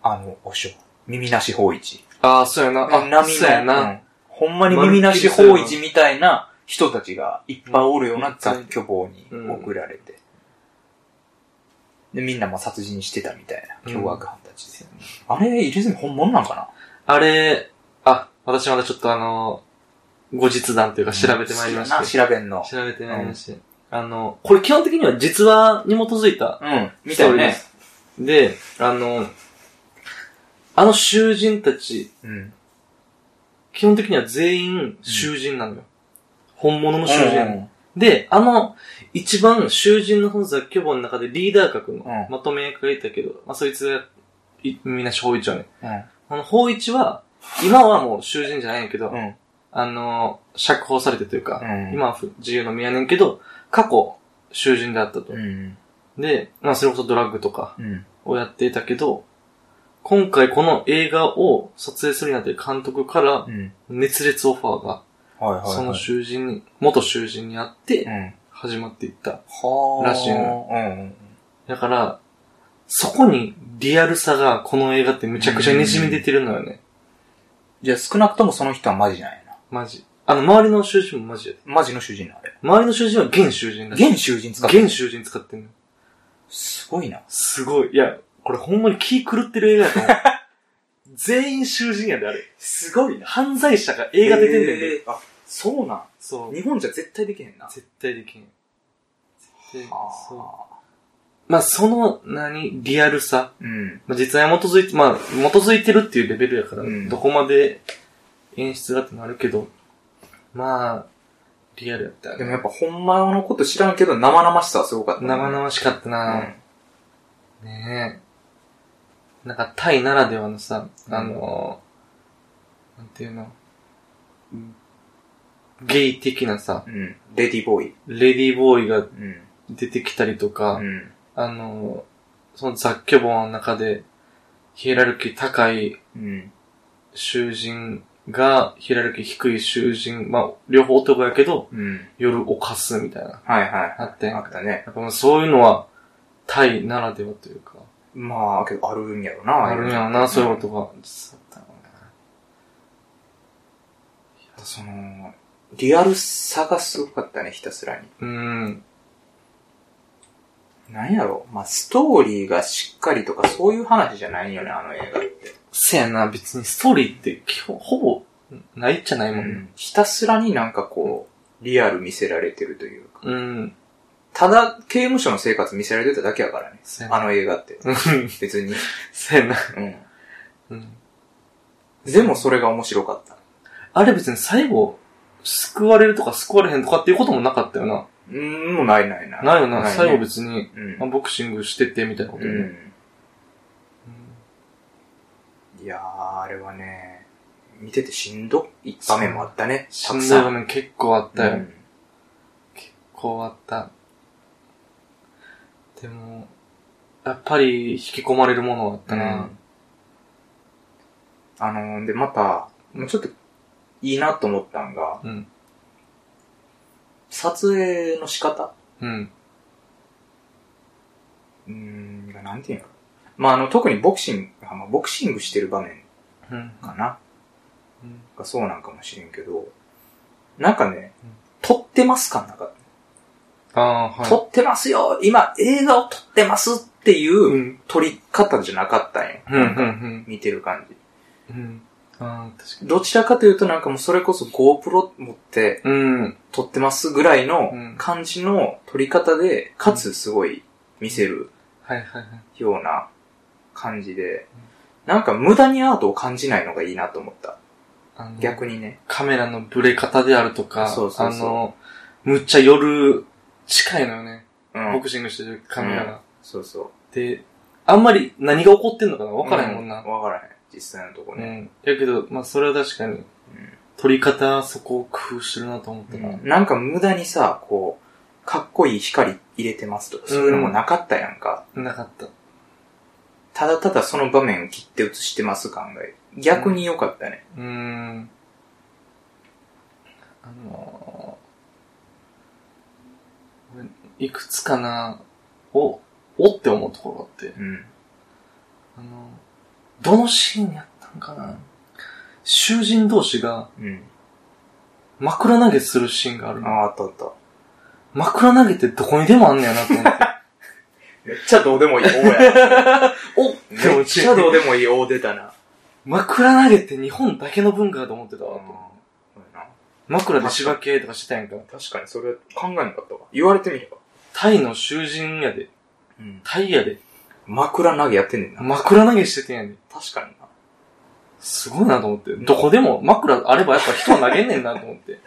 S3: あの、おしょ。耳なし法一。
S2: ああ、そうやな。あ、
S3: 波
S2: そうや
S3: の、う
S2: な。
S3: んほんまに耳なし法一みたいな人たちがいっぱいおるような雑居房に送られて。で、みんなも殺人してたみたいな、凶悪犯たちで。あれ、入れ墨本物なんかな
S2: あれ、あ、私まだちょっとあの、後日談というか調べてまいりまして。
S3: た。調べんの。
S2: 調べてまいりまして。あの、これ基本的には実話に基づいた
S3: うん、み
S2: み
S3: た
S2: た
S3: い
S2: い
S3: ね
S2: ね。で、あの、あの囚人たち、
S3: うん。
S2: 基本的には全員囚人なのよ。本物の囚人、
S3: うん
S2: で、あの、一番囚人のその雑居房の中でリーダー格の
S3: うん
S2: まとめ役がいたけど、まあそいつが、いみんな法一はね。
S3: うん。
S2: あの、法一は、今はもう囚人じゃないんやけど、
S3: うん。
S2: あの、釈放されてというか、
S3: うん
S2: 今は不自由の身やねんけど、過去、囚人であったと。
S3: うん。
S2: で、まあそれこそドラッグとか、
S3: うん。
S2: をやっていたけど、今回この映画を撮影するにあたり監督から
S3: うん。
S2: 熱烈オファーが、
S3: はいはいはい。
S2: その囚人に、元囚人にあって
S3: うん。
S2: 始まっていった。
S3: は
S2: らしいの
S3: ね。
S2: だから、そこにリアルさがこの映画ってむちゃくちゃ滲み出てるのよね。
S3: うん。じゃあ少なくともその人はマジなんやな。
S2: マジ。あの、周りの囚人もマジやで。
S3: マジの主人なあれ。
S2: 周りの囚人は現囚人だしい。
S3: 現囚人使ってる
S2: 現囚人使ってんの。
S3: すごいな。
S2: すごい。いや、これほんまに気狂ってる映画や と思う。全員囚人やで、あれ。
S3: すごいな。
S2: 犯罪者が映画出てんねんで。
S3: えーあ、そうなん。
S2: そう。
S3: 日本じゃ絶対できへんな。
S2: 絶対できん。絶対できんそ
S3: あ
S2: う。まあ、その、何、リアルさ。
S3: ー。うん。
S2: まあ、実際基づいて、まあ、基づいてるっていうレベルやから、
S3: うん
S2: どこまで演出がってなるけど、まあ、リアルやったよ
S3: でも
S2: ね。
S3: やっぱほんまのこと知らんけど生々しさはすごかったな。
S2: 生々しかったな、ねえ。なんか、タイならではのさ、あのー、なんていうの、ゲイ的なさ、
S3: うん。うん。レディーボーイ。
S2: レディーボーイが
S3: うん。
S2: 出てきたりとか、
S3: うん。
S2: あの、その雑居房の中で、ヒエラルキー高い
S3: うん。
S2: 囚人が、ヒエラルキー低い囚人、まあ、両方男やけど、
S3: うん。
S2: 夜犯すみたいな、
S3: はいは
S2: あって、
S3: い。
S2: や
S3: あ
S2: っ
S3: ったね。
S2: ぱもうそういうのは、タイならではというか、
S3: まあ、けどあるんやろな。
S2: あるんやろな、そういうことが。実際あったのね
S3: と。その、リアルさがすごかったね、ひたすらに。
S2: うん。
S3: なんやろまあ、ストーリーがしっかりとか、そういう話じゃないよね、あの映画って。
S2: せやな、別にストーリーって基本、ほぼ、ないっちゃないもんね。
S3: ひたすらになんかこう、リアル見せられてるというか。
S2: うん。
S3: ただ、刑務所の生活見せられてただけやからね。
S2: せや
S3: あ
S2: な。
S3: の映画って。
S2: うん
S3: 別に。
S2: せやな。
S3: うん。
S2: うん。
S3: でもそれが面白かった。
S2: あれ別に最後、救われるとか救われへんとかっていうこともなかったよな。
S3: うーん、もうないないない。
S2: ないよな、
S3: ね
S2: 最後別に、
S3: うん
S2: まあボクシングしててみたいなことよね。
S3: うん。いやー、あれはね、見ててしんどい場面もあったね。
S2: したん
S3: く
S2: どい
S3: さ
S2: 場
S3: ん。
S2: 面結構あったよ。
S3: うん
S2: 結構あった。でも、やっぱり引き込まれるものはあったな。
S3: あのー、で、また、もうちょっと、いいなと思ったんが、
S2: うん。
S3: 撮影の仕方
S2: うん。
S3: うーん、なんていうのまあ、あの、特にボクシング、あまあ、ボクシングしてる場面
S2: うん。
S3: かな
S2: うん
S3: がそうなんかもしれんけど、なんかね
S2: うん、
S3: 撮ってますかなんか、
S2: ああ、はい。
S3: 撮ってますよ今、映画を撮ってますっていう、
S2: うん。
S3: 撮り方じゃなかったんよ。
S2: うん、う
S3: なんか
S2: ん、
S3: 見てる感じ。
S2: うん。うん。ああ、確かに。
S3: どちらかというとなんかもうそれこそ GoPro 持って
S2: うん。
S3: 撮ってますぐらいの
S2: うん
S3: 感じの撮り方で、かつすごい見せる
S2: はい、はい、はい。
S3: ような感じで、なんか無駄にアートを感じないのがいいなと思った。
S2: あの
S3: 逆にね。
S2: カメラのブレ方であるとか、
S3: そうそうそう
S2: あの、むっちゃ夜近いのよね。
S3: うん
S2: ボクシングしてるカメラが。
S3: そうそう。
S2: で、あんまり何が起こってんのかなわからへんもんな。
S3: わからへん。実際のとこ
S2: う
S3: ね。
S2: ん。やけど、まあそれは確かに、取り方、そこを工夫してるなと思ったな。
S3: うんなんか無駄にさ、こう、かっこいい光入れてますとか、そういうのもなかったやんか。
S2: なかった。
S3: ただただその場面を切って映してます考え。逆に良かったね。
S2: うーん。あのー俺いくつかな、お、おって思うところがあって、
S3: うん。
S2: あの、どのシーンやったんかな囚人同士が
S3: うん。
S2: 枕投げするシーンがある
S3: あ
S2: の。
S3: あ、あったあった。
S2: 枕投げってどこにでもあんねやなと 思って。
S3: めっちゃどうでもいい王や。
S2: おって
S3: め
S2: 思
S3: っちゃ
S2: って
S3: どうでもいい王出たな。
S2: 枕投げって日本だけの文化だと思ってたわ、と。
S3: そうやな
S2: 枕で芝系とかしてたやんか。
S3: 確かにそれ考えなかったわ。言われてみれば。
S2: タイの囚人やで。
S3: うん。
S2: タイやで。
S3: 枕投げやってんねんな。
S2: 枕投げしててんやで。
S3: 確かにな。
S2: すごいなと思って。どこでも枕あればやっぱ人は投げんねんなと思って。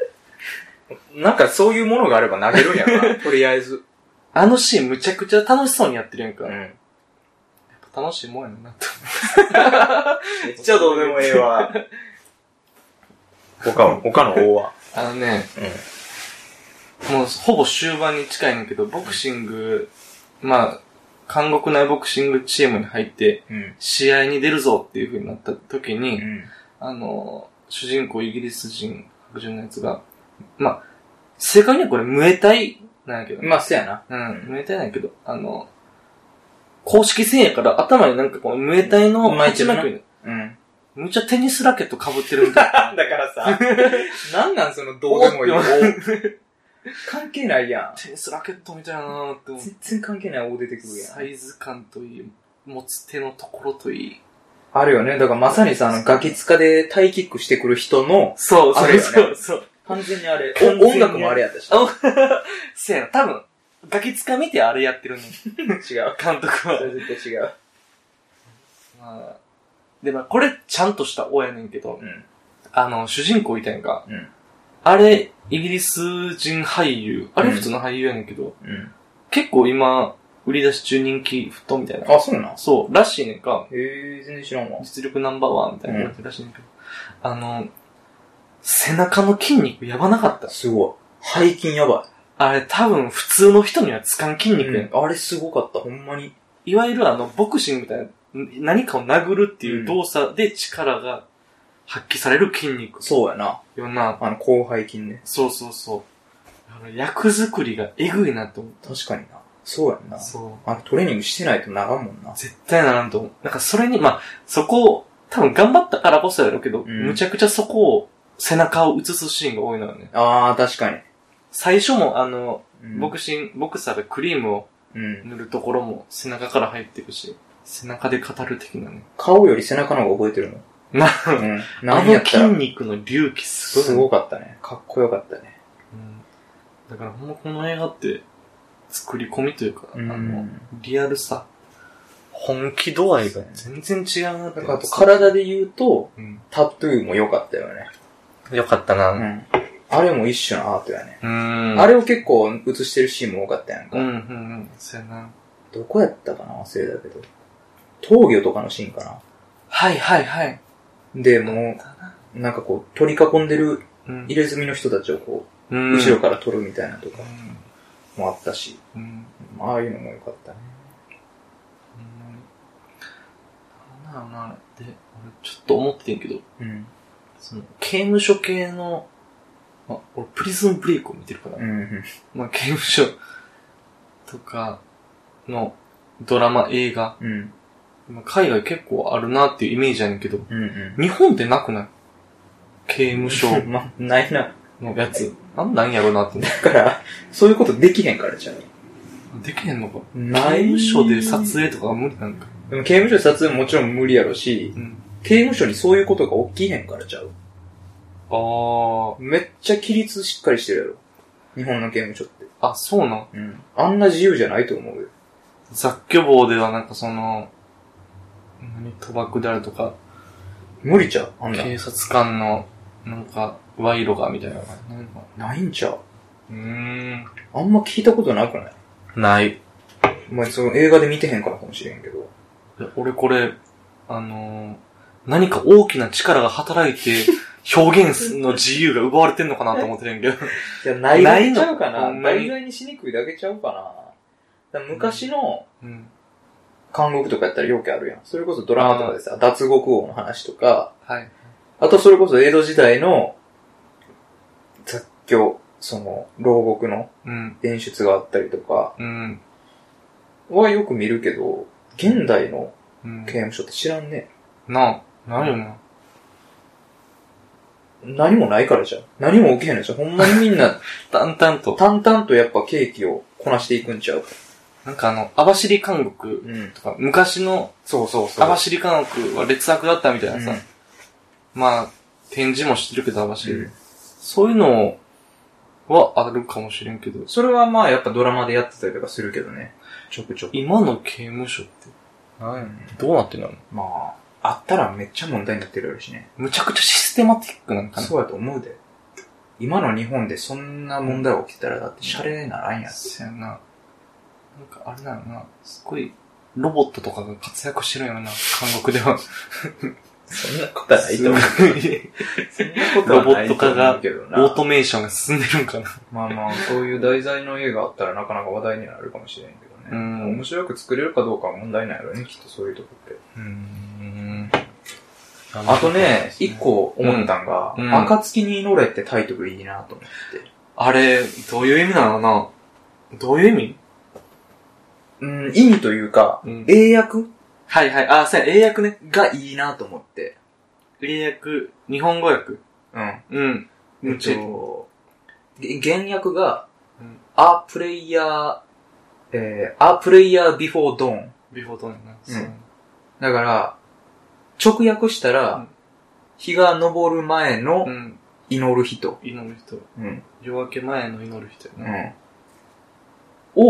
S3: なんかそういうものがあれば投げるんや な。とりあえず。
S2: あのシーンむちゃくちゃ楽しそうにやってるやんか。
S3: うん。
S2: やっぱ楽しいもんやなと。
S3: めっちゃどうでもええわ。他は、他の王は。
S2: あのね、もうほぼ終盤に近いねんだけど、ボクシング、まあ、韓国内ボクシングチームに入って、
S3: うん。
S2: 試合に出るぞっていう風になった時
S3: う
S2: に、
S3: ん。
S2: あの、主人公イギリス人、白人のやつが、まあ、正確にはこれ、ムエタイなんやけどね、
S3: まあ、そやな。
S2: うん、ムエタイなんやけど、あの、公式戦やから頭になんかこのムエタイの
S3: 巻いてるな
S2: 鉢巻き
S3: うん。
S2: むっちゃテニスラケット被ってるみたい
S3: だからさ、 なんなんそのどうでもいい王
S2: お。
S3: 関係ないやん。
S2: テニスラケットみたいだなーって思って。
S3: 全然関係ない王出てくるや
S2: サ
S3: ん。
S2: イズ感といい、持つ手のところといい。
S3: あるよね。だからまさにさ、あの、ガキツカでタイキックしてくる人の、
S2: そう
S3: そうそう
S2: そう。
S3: 完全にあれ
S2: 完全に
S3: 音楽もあれやったし。
S2: あせやな、多分、ガキつか見てあれやってるね。
S3: 違 う。
S2: 監督は
S3: そ。れ絶対違う。
S2: まあ、で、まあ、これ、ちゃんとした親やねんけど、
S3: うん。
S2: あの、主人公いたやんか。
S3: うん
S2: あれ、イギリス人俳優。あれ、普通の俳優やねんけど、
S3: うん。
S2: 結構今、売り出し中人気沸騰みたいな。
S3: あ、そうなん
S2: そう、らしいねんか。
S3: へえ、全然知らんわ。
S2: 実力ナンバーワンみたいな言われてるらしいねんけど、あの、背中の筋肉やばなかった。
S3: すごい。背筋やば
S2: あれ、多分、普通の人にはつかん筋
S3: い。
S2: 肉やん。
S3: あれすごかった、ほんまに。
S2: いわゆるあの、ボクシングみたいな、ん何かを殴るっていう動作で力が発揮される筋肉。
S3: そうやな。
S2: よな。
S3: あの、広背筋ね。
S2: そうそうそう。あの役作りがえぐいなと思っ
S3: 確かにな。そうやんな
S2: た。。そ
S3: あの、トレーニングしてないと長もんな
S2: う。。絶対ならんと思う。なんかそれに、まあ、そこを、多分頑張ったからこそやろうけど、
S3: ん
S2: むちゃくちゃそこを、背中を映すシーンが多いのよね。
S3: あー、確かに。
S2: 最初もあの、
S3: うん
S2: ボク、シン、ボクサーがクリームを
S3: うん。
S2: 塗るところも背中から入っていくし、背中で語る的なね。
S3: 顔より背中の方が覚えてるの。
S2: な、
S3: うん。
S2: あ
S3: 何や
S2: の
S3: った
S2: 筋
S3: ら。
S2: 肉の隆起すごい。
S3: すごかったね。かっこよかったね。
S2: うんだからほんまこの映画って、作り込みというか、
S3: うん
S2: あの、リアルさ、本気度合いが全然違うなって
S3: なんかあと、体で言うと、
S2: うん。
S3: タトゥーも良かったよね。
S2: よかった
S3: う
S2: な。
S3: ん。あれも一種のアートやね。
S2: うん
S3: あ
S2: れ
S3: れを結構映してるシーンも多かったやん
S2: うん、う
S3: か。
S2: ん、うん。そうやな。
S3: どこやったかな忘れたけど。闘魚とかのシーンかな。
S2: はい、はい、はい。
S3: で、もう、なんかこう、取り囲んでる
S2: うん
S3: 入れ墨の人たちをこ
S2: う
S3: う、
S2: ん
S3: 後ろから取るみたいなとかもあったし、
S2: うん。うん。
S3: ああいうのも良かったね。
S2: うんなんだろうな、で、俺ちょっと思ってんけど、
S3: うん。
S2: その、刑務所系の、まあ、俺プリズンブレイクを見てるから、
S3: うん。
S2: まあ、刑務所とかのドラマ、映画、
S3: うん。
S2: まあ海外結構あるなっていうイメージやねんけど、
S3: うん。うん。
S2: 日本でなくない刑務所
S3: ま、ないな。
S2: のや つ。なんなんやろなって思
S3: だから、そういうことできへんからじゃん。
S2: う。できへんのか。
S3: な
S2: 刑
S3: い。
S2: 務所で撮影とかは無理なんか。
S3: でも刑務所で撮影ももちろん無理やろし
S2: う、ん。
S3: 刑務所にそういうことが起きへんからちゃう。
S2: あ
S3: めっちゃ規律しっかりしてるやろ。日本の刑務所って。
S2: あ。あ、そうなん。
S3: うん。あんな自由じゃないと思うよ。
S2: 雑居房ではなんかその、何、賭博であるとか、
S3: 無理ちゃうあんな。
S2: 警察官の、なんか、賄賂がみたいな。なんか
S3: ないんちゃう
S2: うーん。
S3: あんま聞いたことなくない
S2: ない。
S3: まあ、その映画で見てへんからかもしれんけど。
S2: いや俺これ、あのー何か大きな力が働いて、 表現の自由が奪われてんのかなと思ってるんやけど。
S3: いや、内
S2: 外
S3: 外
S2: ち
S3: ち
S2: ゃ
S3: ゃ
S2: う
S3: う
S2: か
S3: か
S2: な
S3: な。
S2: 内
S3: 内外にしにくいだけちゃうかな。だから昔の
S2: うん。
S3: 韓国とかやったら容器あるやん。それこそドラマとかでさ、脱獄王の話とか、
S2: はい。
S3: あとそれこそ江戸時代の雑居、その、牢獄の
S2: うん。
S3: 演出があったりとか
S2: うん。
S3: はよく見るけど、現代の
S2: うん
S3: 刑。務所って知らんね。
S2: なあ、なるよな。
S3: 何もないからじゃん。何も起きへんのじゃん。ほんまにみんな
S2: 淡々と。
S3: 淡々とやっぱケーキをこなしていくんちゃう
S2: なんかあの、網走監獄
S3: うん。
S2: とか、昔の
S3: そうそうそう。
S2: 網走監獄は劣悪だったみたいなさ、まあ、展示もしてるけど網走、
S3: うん
S2: そういうのはあるかもしれんけど、
S3: それはまあやっぱドラマでやってたりとかするけどね。ちょくちょく。
S2: 今の刑務所ってどうなってんの
S3: まあ、あったらめっちゃ問題になってるやろしね。
S2: むちゃくちゃシステマティックなんかな。
S3: そうやと思うで。今の日本でそんな問題起きたらだってシャレにならんやつ。
S2: そうやな。なんかあれだよな、すごい、ロボットとかが活躍してるような、韓国では。
S3: そんなことは
S2: すごい
S3: そんなことはないと思うけど
S2: オ
S3: な。
S2: ートメーションが進んでるんかな。
S3: まあまあ、そういう題材の映画あったらなかなか話題にはなるかもしれんけどね。
S2: うん
S3: 面白く作れるかどうかは問題ないよね、きっとそういうとこって。
S2: うん。
S3: あとね、一。個思ったんが、
S2: うんうん
S3: 暁に祈れってタイトルいいなと思って。
S2: あれ、どういう意味なのかなどういう意味
S3: うん、意味というか、
S2: うん
S3: 英訳
S2: はいはい。あ、そうや、英訳ね。
S3: がいいなと思って。
S2: 英訳、日本語訳。
S3: うん。
S2: うん。
S3: えっと、げ原訳が
S2: うん、
S3: A player, えー、A player before dawn。
S2: ビフォートンな。
S3: そうだから、直訳したら、
S2: うん
S3: 日が昇る前の
S2: うん。
S3: 祈る人。
S2: 祈る人。
S3: うん。
S2: 夜明け前の祈る人や
S3: う
S2: な。
S3: ん。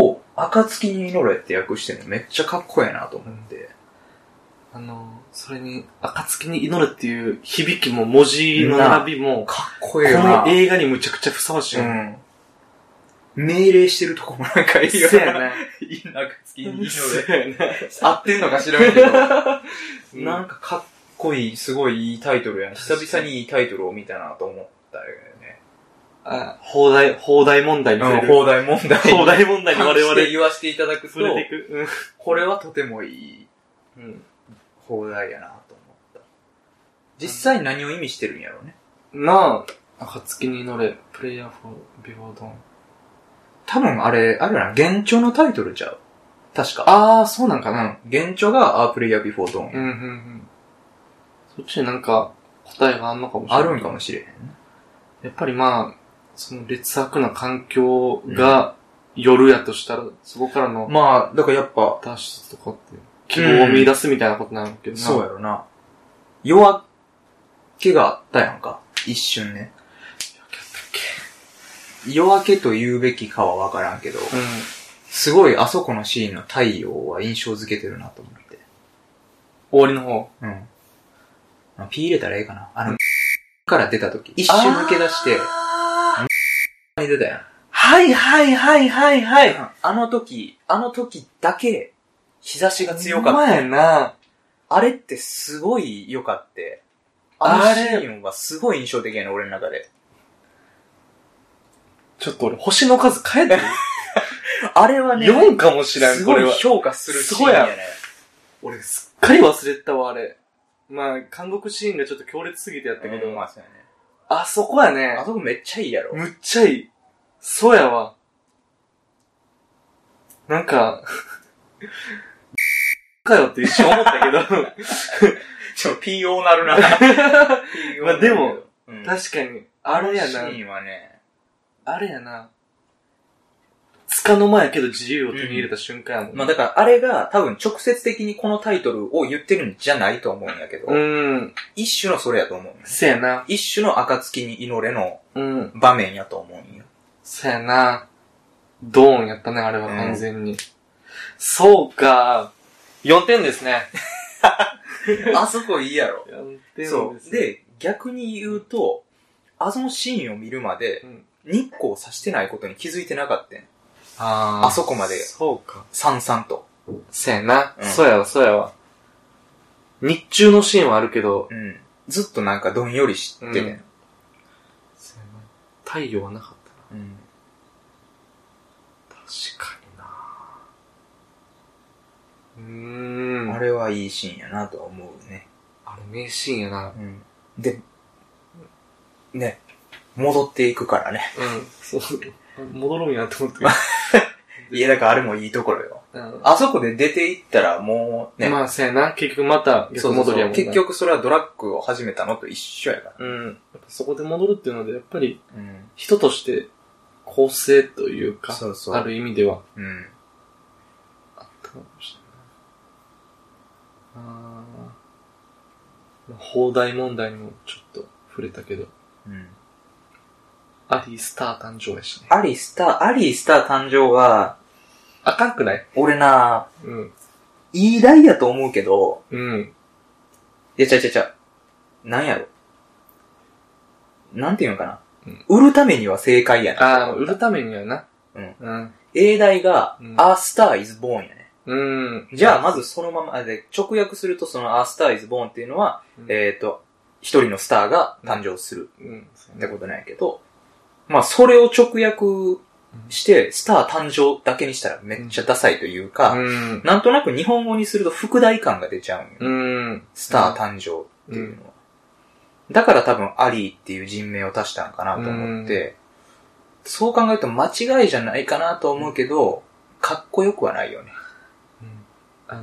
S3: を、暁に祈れって訳してるのめっちゃかっこええなと思って。
S2: あの、それに、暁に祈るっていう響きも文字の並びも、こ
S3: かっこええよな
S2: の。映画にむちゃくちゃふさわしいよね。
S3: うん。命令してるとこもなんかいいよ
S2: そうやな。
S3: いいな、暁に祈れ。
S2: そうやな。
S3: 合ってんのか知らんけ ど。
S2: うん
S3: なんかかっこいい、すごいいいタイトルやね。久々にいいタイトルを見たなと思ったよね。
S2: あ、放題、放題問題に触れ
S3: うん、
S2: る。
S3: 放題問題。
S2: 放題問題に我々
S3: 関して 言わせていただくと
S2: 触、れていく。
S3: これはとてもいい
S2: うん。うん
S3: 放題やなと思った。実際何を意味してるんやろうね。
S2: なあ、暁に乗れ、プレイヤーフォー、ビフォードン。
S3: 多分あれ、あれやな、幻聴のタイトルちゃう。確か。
S2: ああ、そうなんか
S3: う
S2: な。
S3: ん。幻聴がアープレイヤービフォードーン
S2: う
S3: や。
S2: ん、うん、うん。そっちになんか、答えがあんのかもしれ
S3: あ
S2: ない。
S3: るんかもしれへんね。
S2: やっぱりまあ、その劣悪な環境が夜やとしたら、そこからの
S3: まあ、だからやっぱ、
S2: 脱出とかって、希望を見出すみたいなことなのけどな。
S3: そうやろな。夜明けがあったやんか。一瞬ね。夜明けと言うべきかはわからんけど、
S2: うん。
S3: すごいあそこのシーンの太陽は印象づけてるなと思って。
S2: 終わりの方。
S3: うん。まあ、ピー入れたらええかな。あの、から出た時、一瞬抜け出して、に出たやん。
S2: はいはいはいはいはい。
S3: あの時、あの時だけ、日差しが強
S2: お
S3: かっ
S2: 前や
S3: た。
S2: な。
S3: あれってすごい良かって。あ
S2: あ
S3: の
S2: れ
S3: シーンはすごい印象的やね、俺の中で。
S2: ちょっと俺、星の数変えてる
S3: あれはね、
S2: 4かもしれん、
S3: す
S2: こ
S3: ご
S2: れ
S3: い
S2: は。
S3: 評価するシーンやね。
S2: 俺、すっかり忘れてたわ、あれ。まあ、韓国シーンがちょっと強烈すぎてやったけど、
S3: まあそうやね。
S2: あそこやね
S3: あ。そこめっちゃいいやろ。
S2: むっちゃいい。そうやわ。なんか、 かよって一瞬思ったけど、
S3: ちょ、PO なるな。
S2: まあでも、
S3: うん、
S2: 確かに、あれや
S3: あ
S2: な
S3: のシ、ーンはね、
S2: あれやな、つかの間やけど自由を手に入れた瞬間やもん。
S3: まあだからあれが多分直接的にこのタイトルを言ってるんじゃないと思うんやけど、
S2: うん、
S3: 一種のそれやと思うんです。
S2: せやな、
S3: 一種の暁に祈れの
S2: うん、
S3: 場面やと思うんよ。
S2: せやな、ドーンやったね、あれは
S3: うん
S2: 完全に。そうか、4点ですね。
S3: あそこいいやろ。
S2: 4
S3: そう。で、逆に言うと、あそのシーンを見るまで
S2: うん、
S3: 日光を差してないことに気づいてなかったん。
S1: あ
S3: あそこまで
S1: そうか。
S3: さんさんと。
S1: そうやな。
S3: うん
S1: そうやわ、そうやわ。日中のシーンはあるけど、
S3: うん。ずっとなんかどんよりしてね。
S1: そうやな太陽はなかったな。
S3: うん。
S1: 確かになうーん。
S3: あ
S1: あれ、
S3: れはいいシーンやなとは思うね。
S1: あれ名シーンやな。
S3: うん。で、ね、戻っていくからね。
S2: うん、そう。戻ろうやと 思って。
S3: いや、だからあれもいいところよ。
S2: うん
S3: あそこで出ていったらもうね、
S2: まあ、そうやな。結局また
S3: そ
S2: 逆
S3: うそう
S2: 戻
S3: そう
S2: りやもんな
S3: 結。局それはドラッグを始めたのと一緒やから。
S2: うん。やっぱそこで戻るっていうので、やっぱり
S3: うん。
S2: 人として構成というか、
S3: そうそう。
S2: ある意味では
S3: うん。
S2: あったかもしれない。あー放題問題にもちょっと触れたけど、
S3: うん。
S2: アリースター誕生やしね。
S3: アリスター、アリスター誕生は、
S2: あかんくない
S3: 俺な、
S2: うん。
S3: いいライやと思うけど、
S2: うん。
S3: いや、ちゃうちゃうちゃう。なんやろ。なんていうのかな。
S2: うん
S3: 売るためには正解やな。
S2: ああ、売るためにはな。
S3: うん。
S2: うん。
S3: 英大が、
S2: うん
S3: A Star is Born やね。
S2: うん。
S3: じゃあ、まずそのまま、あで直訳するとその A Star is Born っていうのは、
S2: うん
S3: えっ、と、一人のスターが誕生する
S2: うん。そう
S3: っ
S2: や
S3: て
S2: な
S3: ことなんやけど、まあ、それを直訳して、スター誕生だけにしたらめっちゃダサいというか、
S2: うん。
S3: なんとなく日本語にすると副題感が出ちゃうんよ。
S2: うん。
S3: スター誕生っていうのは。だから多分アリーっていう人名を足したんかなと思って、そう考えると間違いじゃないかなと思うけど、かっこよくはないよね。
S2: うんあのー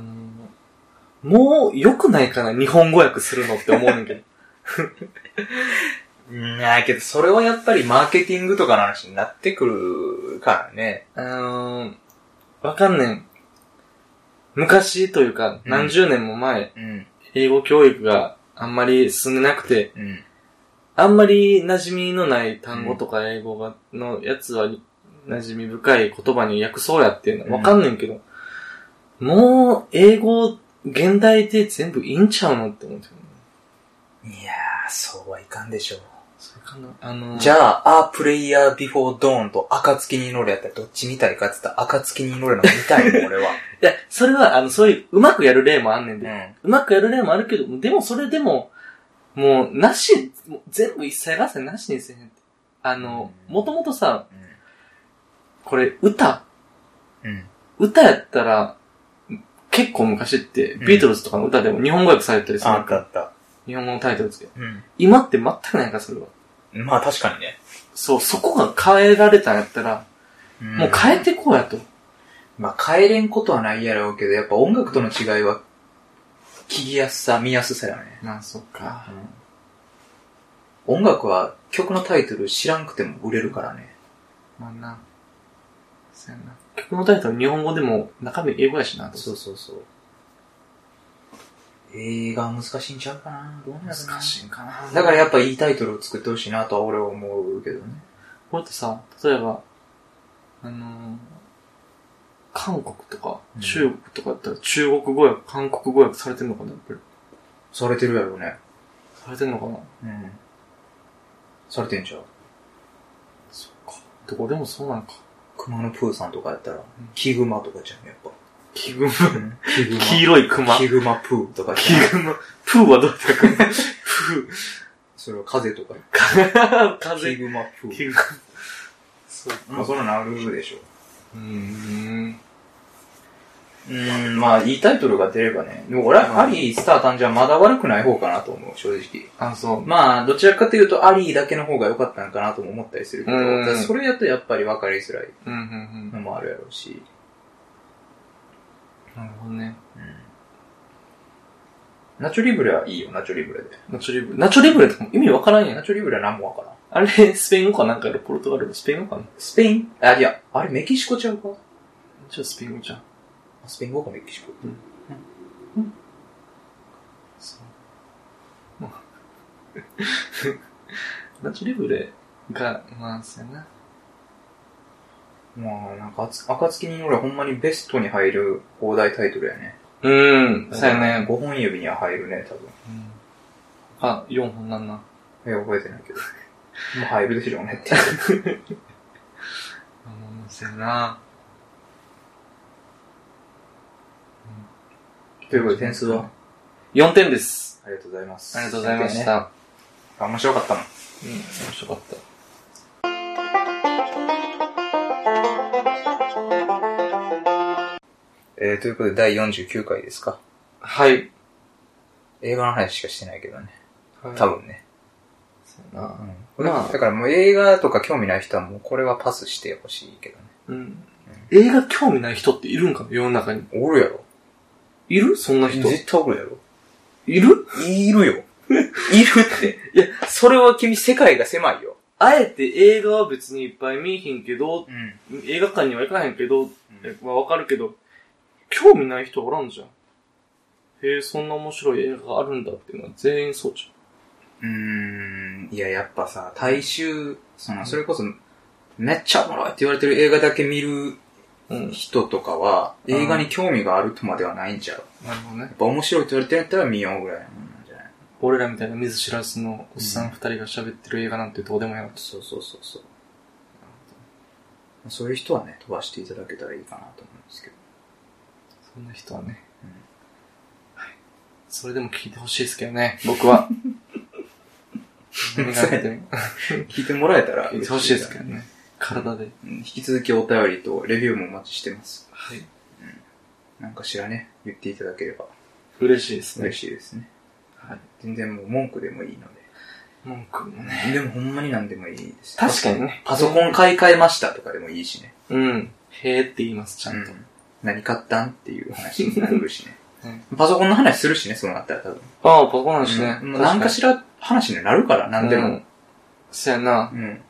S2: もう良くないかな日本語訳するのって思うねんけ ど。
S3: うん、やけどそれはやっぱりマーケティングとかの話になってくるからね。
S2: あのーわかんねん。昔というか、
S3: うん
S2: 何十年も前、
S3: うん、
S2: 英語教育があんまり進んでなくて、
S3: うん、
S2: あんまり馴染みのない単語とか英語が、のやつは、馴染み深い言葉に訳そうやっていうのはわかんねんけど、もう、英語、現代で全部いいんちゃうのって思ってる。
S3: いやー、そうはいかんでしょう。
S2: それかなあのー
S3: じゃあ、A Player Before Dawn と暁に祈るやったらどっち見たいかって言ったら暁に祈るの見たいもん、 俺は。
S2: いや、それは、あの、そういう、うまくやる例もあんねん
S3: う。
S2: で。うんまくやる例もあるけど、でもそれでも、もう、なし、もう全部一切合わせなしにせへんって。あの、
S3: うん
S2: もともとさ、これ、歌、
S3: うん。
S2: 歌やったら、結構昔って、
S3: ん
S2: ビートルズとかの歌でも日本語訳されたりする
S3: あ
S2: やん
S3: ったあ
S2: か。
S3: った。
S2: 日本語のタイトルつけ。
S3: うん。
S2: 今って全くないから、それは。
S3: まあ確かにね。
S2: そう、そこが変えられたんやったら、もう変えてこうやと。
S3: まあ変えれんことはないやろうけど、やっぱ音楽との違いは、聞きやすさ、見やすさよね。
S2: まあ、そっか。
S3: 音楽は曲のタイトル知らんくても売れるからね。
S2: まあな。そうやな。曲のタイトル日本語でも中身英語やしな、と。
S3: うそうそう。映画は難しいんちゃうかなどうなんやろな
S2: 難しいんかな。
S3: だからやっぱいいタイトルを作ってほしいなとは俺は思うけどね。
S2: これってさ、例えば、あのー韓国とか
S3: うん
S2: 中国とかだったら中国語訳、韓国語訳されてんのかなやっぱり。
S3: されてるやろうね。
S2: されてんのかな
S3: うん。されてんちゃう
S2: そっか。どこでもそうなんか。
S3: 熊のプーさんとかやったら、キグマとかじゃん、やっぱ。
S2: キグマ。
S3: キグマ。
S2: 黄色いクマ。
S3: キ
S2: キ
S3: グマプーとかじゃん。
S2: グマ。プーはどうやって書くのプ
S3: それは風とか。
S2: ー。
S3: キ
S2: 風。
S3: グマプー。
S2: キグマ。そう
S3: まあ、
S2: か。
S3: そんなのあるでしょ。
S2: うーん。
S3: うーん、まあ、いいタイトルが出ればね。でも俺はアリー、スター誕生はまだ悪くない方かなと思う、正直。
S2: あ、そう。
S3: まあ、どちらかというと、アリーだけの方が良かったのかなとも思ったりするけど、
S2: うん
S3: ただそれやとやっぱり分かりづらい
S2: うん、うん、うん。
S3: のもあるやろうし。
S2: なるほどね。
S3: ナチョリブレはいいよ、ナチョリブレで。
S2: ナチョリブレ。ナチョリブレとかも意味わからんやん。
S3: ナチョリブレは何もわからん。
S2: あれ、スペイン語かなんかやろポルトガル語スペイン語かな
S3: スペインあ、いや、あれメキシコちゃうか
S2: じゃあスペイン語じゃん。
S3: あスペイン語かメキシコ。
S2: そう。まあナチョリブレが、まあ、そうやな。
S3: まあ、なんか、あつ暁に俺はほんまにベストに入る放題タイトルやね。
S2: うん、そうやね。
S3: 5本指には入るね、多分。
S2: うんあ、4本なんな。
S3: いや、覚えてないけど。もう入るでしょうねって。
S2: あの、そうやな。
S3: ということで点数は
S2: 4点です。
S3: ありがとうございます。
S2: ありがとうございまし
S3: ね。
S2: た。
S3: 面白かったもん。
S2: うん、面白かった。
S3: えー、ということで第49回ですか。
S2: はい。
S3: 映画の話しかしてないけどね。
S2: はい
S3: 多。分ね。
S2: そうやな。
S3: これ
S2: まあ
S3: だからもう映画とか興味ない人はもうこれはパスしてほしいけどね。
S2: うん。映画興味ない人っているんかな世の中に。
S3: おるやろ。
S2: いるそんな人。
S3: 絶対おるやろ。
S2: いる
S3: いるよ。いるって。
S2: いや、
S3: それは君世界が狭いよ。
S2: あえて映画は別にいっぱい見えへんけど、
S3: うん。
S2: 映画館には行かへんけど、まあわかるけど、興味ない人おらんじゃん。へえ、そんな面白い映画があるんだっていうのは全員そうじ
S3: うーん。いや、やっぱさ、大衆、その、それこそ、めっちゃおもろいって言われてる映画だけ見る
S2: ゃん。うん。
S3: 人とかは、
S2: うん
S3: 映画に興味があるとまではないんちゃう。
S2: なるほどね
S3: や。っぱ面白いって言われてるんやったら見ようぐらいのもんなんじゃない
S2: 俺らみたいな見ず知らずのおっさん二人が喋ってる映画なんてどうでもよ。
S3: そうそうそうそう。そういう人はね、飛ばしていただけたらいいかなと思うんですけど。
S2: そんな人はね。
S3: うん
S2: はい。それでも聞いてほしいですけどね、僕 は。 何があっても
S3: 聞いてもらえたら
S2: 聞いてほしい ですけどね。体で。
S3: うん引き続きお便りとレビューもお待ちしてます。
S2: はい。
S3: なんかしらね、言っていただければ
S2: 嬉しいですね
S3: 嬉。しいですね。
S2: はい。
S3: 全然もう文句でもいいの
S2: 文句もね。
S3: で。でもほんまに何でもいいです。
S2: 確かにね。
S3: パソコン買い替えましたとかでもいいしね。
S2: うん。へえって言います、ちゃんと。
S3: うん何買ったんっていう話になるしね
S2: うん。
S3: パソコンの話するしね、そうなったら多分。
S2: ああ、パソコンなんですね。
S3: うんもう何かしら話になるから、何で
S2: う
S3: も
S2: ん。そやな。
S3: うん。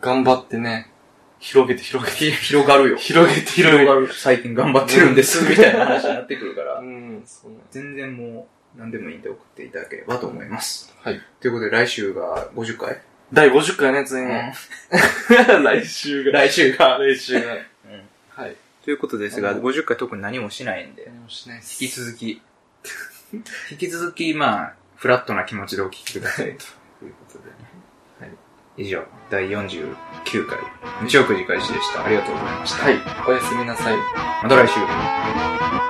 S2: 頑張ってね。広げて広げて。
S3: ひ広がるよ。
S2: 広げて広
S3: 広
S2: げて。
S3: がる。最近頑張ってるんです、みたいな話になってくるから
S2: う。ん、そうね。
S3: 全然もう、何でもいいんで送っていただければと思います。
S2: はい。
S3: ということで、来週が50回
S2: 第50回のやつね。 来週が。
S3: 来週が。
S2: 来週が。
S3: うん
S2: はい。
S3: ということですが、50回特に何もしないんで、
S2: 何もしないっす
S3: 引き続き、 引き続き、まあ、フラットな気持ちでお聞きください。ということでね。
S2: はい
S3: 以上、第49回、日曜9時開始でした。ありがとうございました。
S2: はい。おやすみなさい。
S3: また来週。
S2: お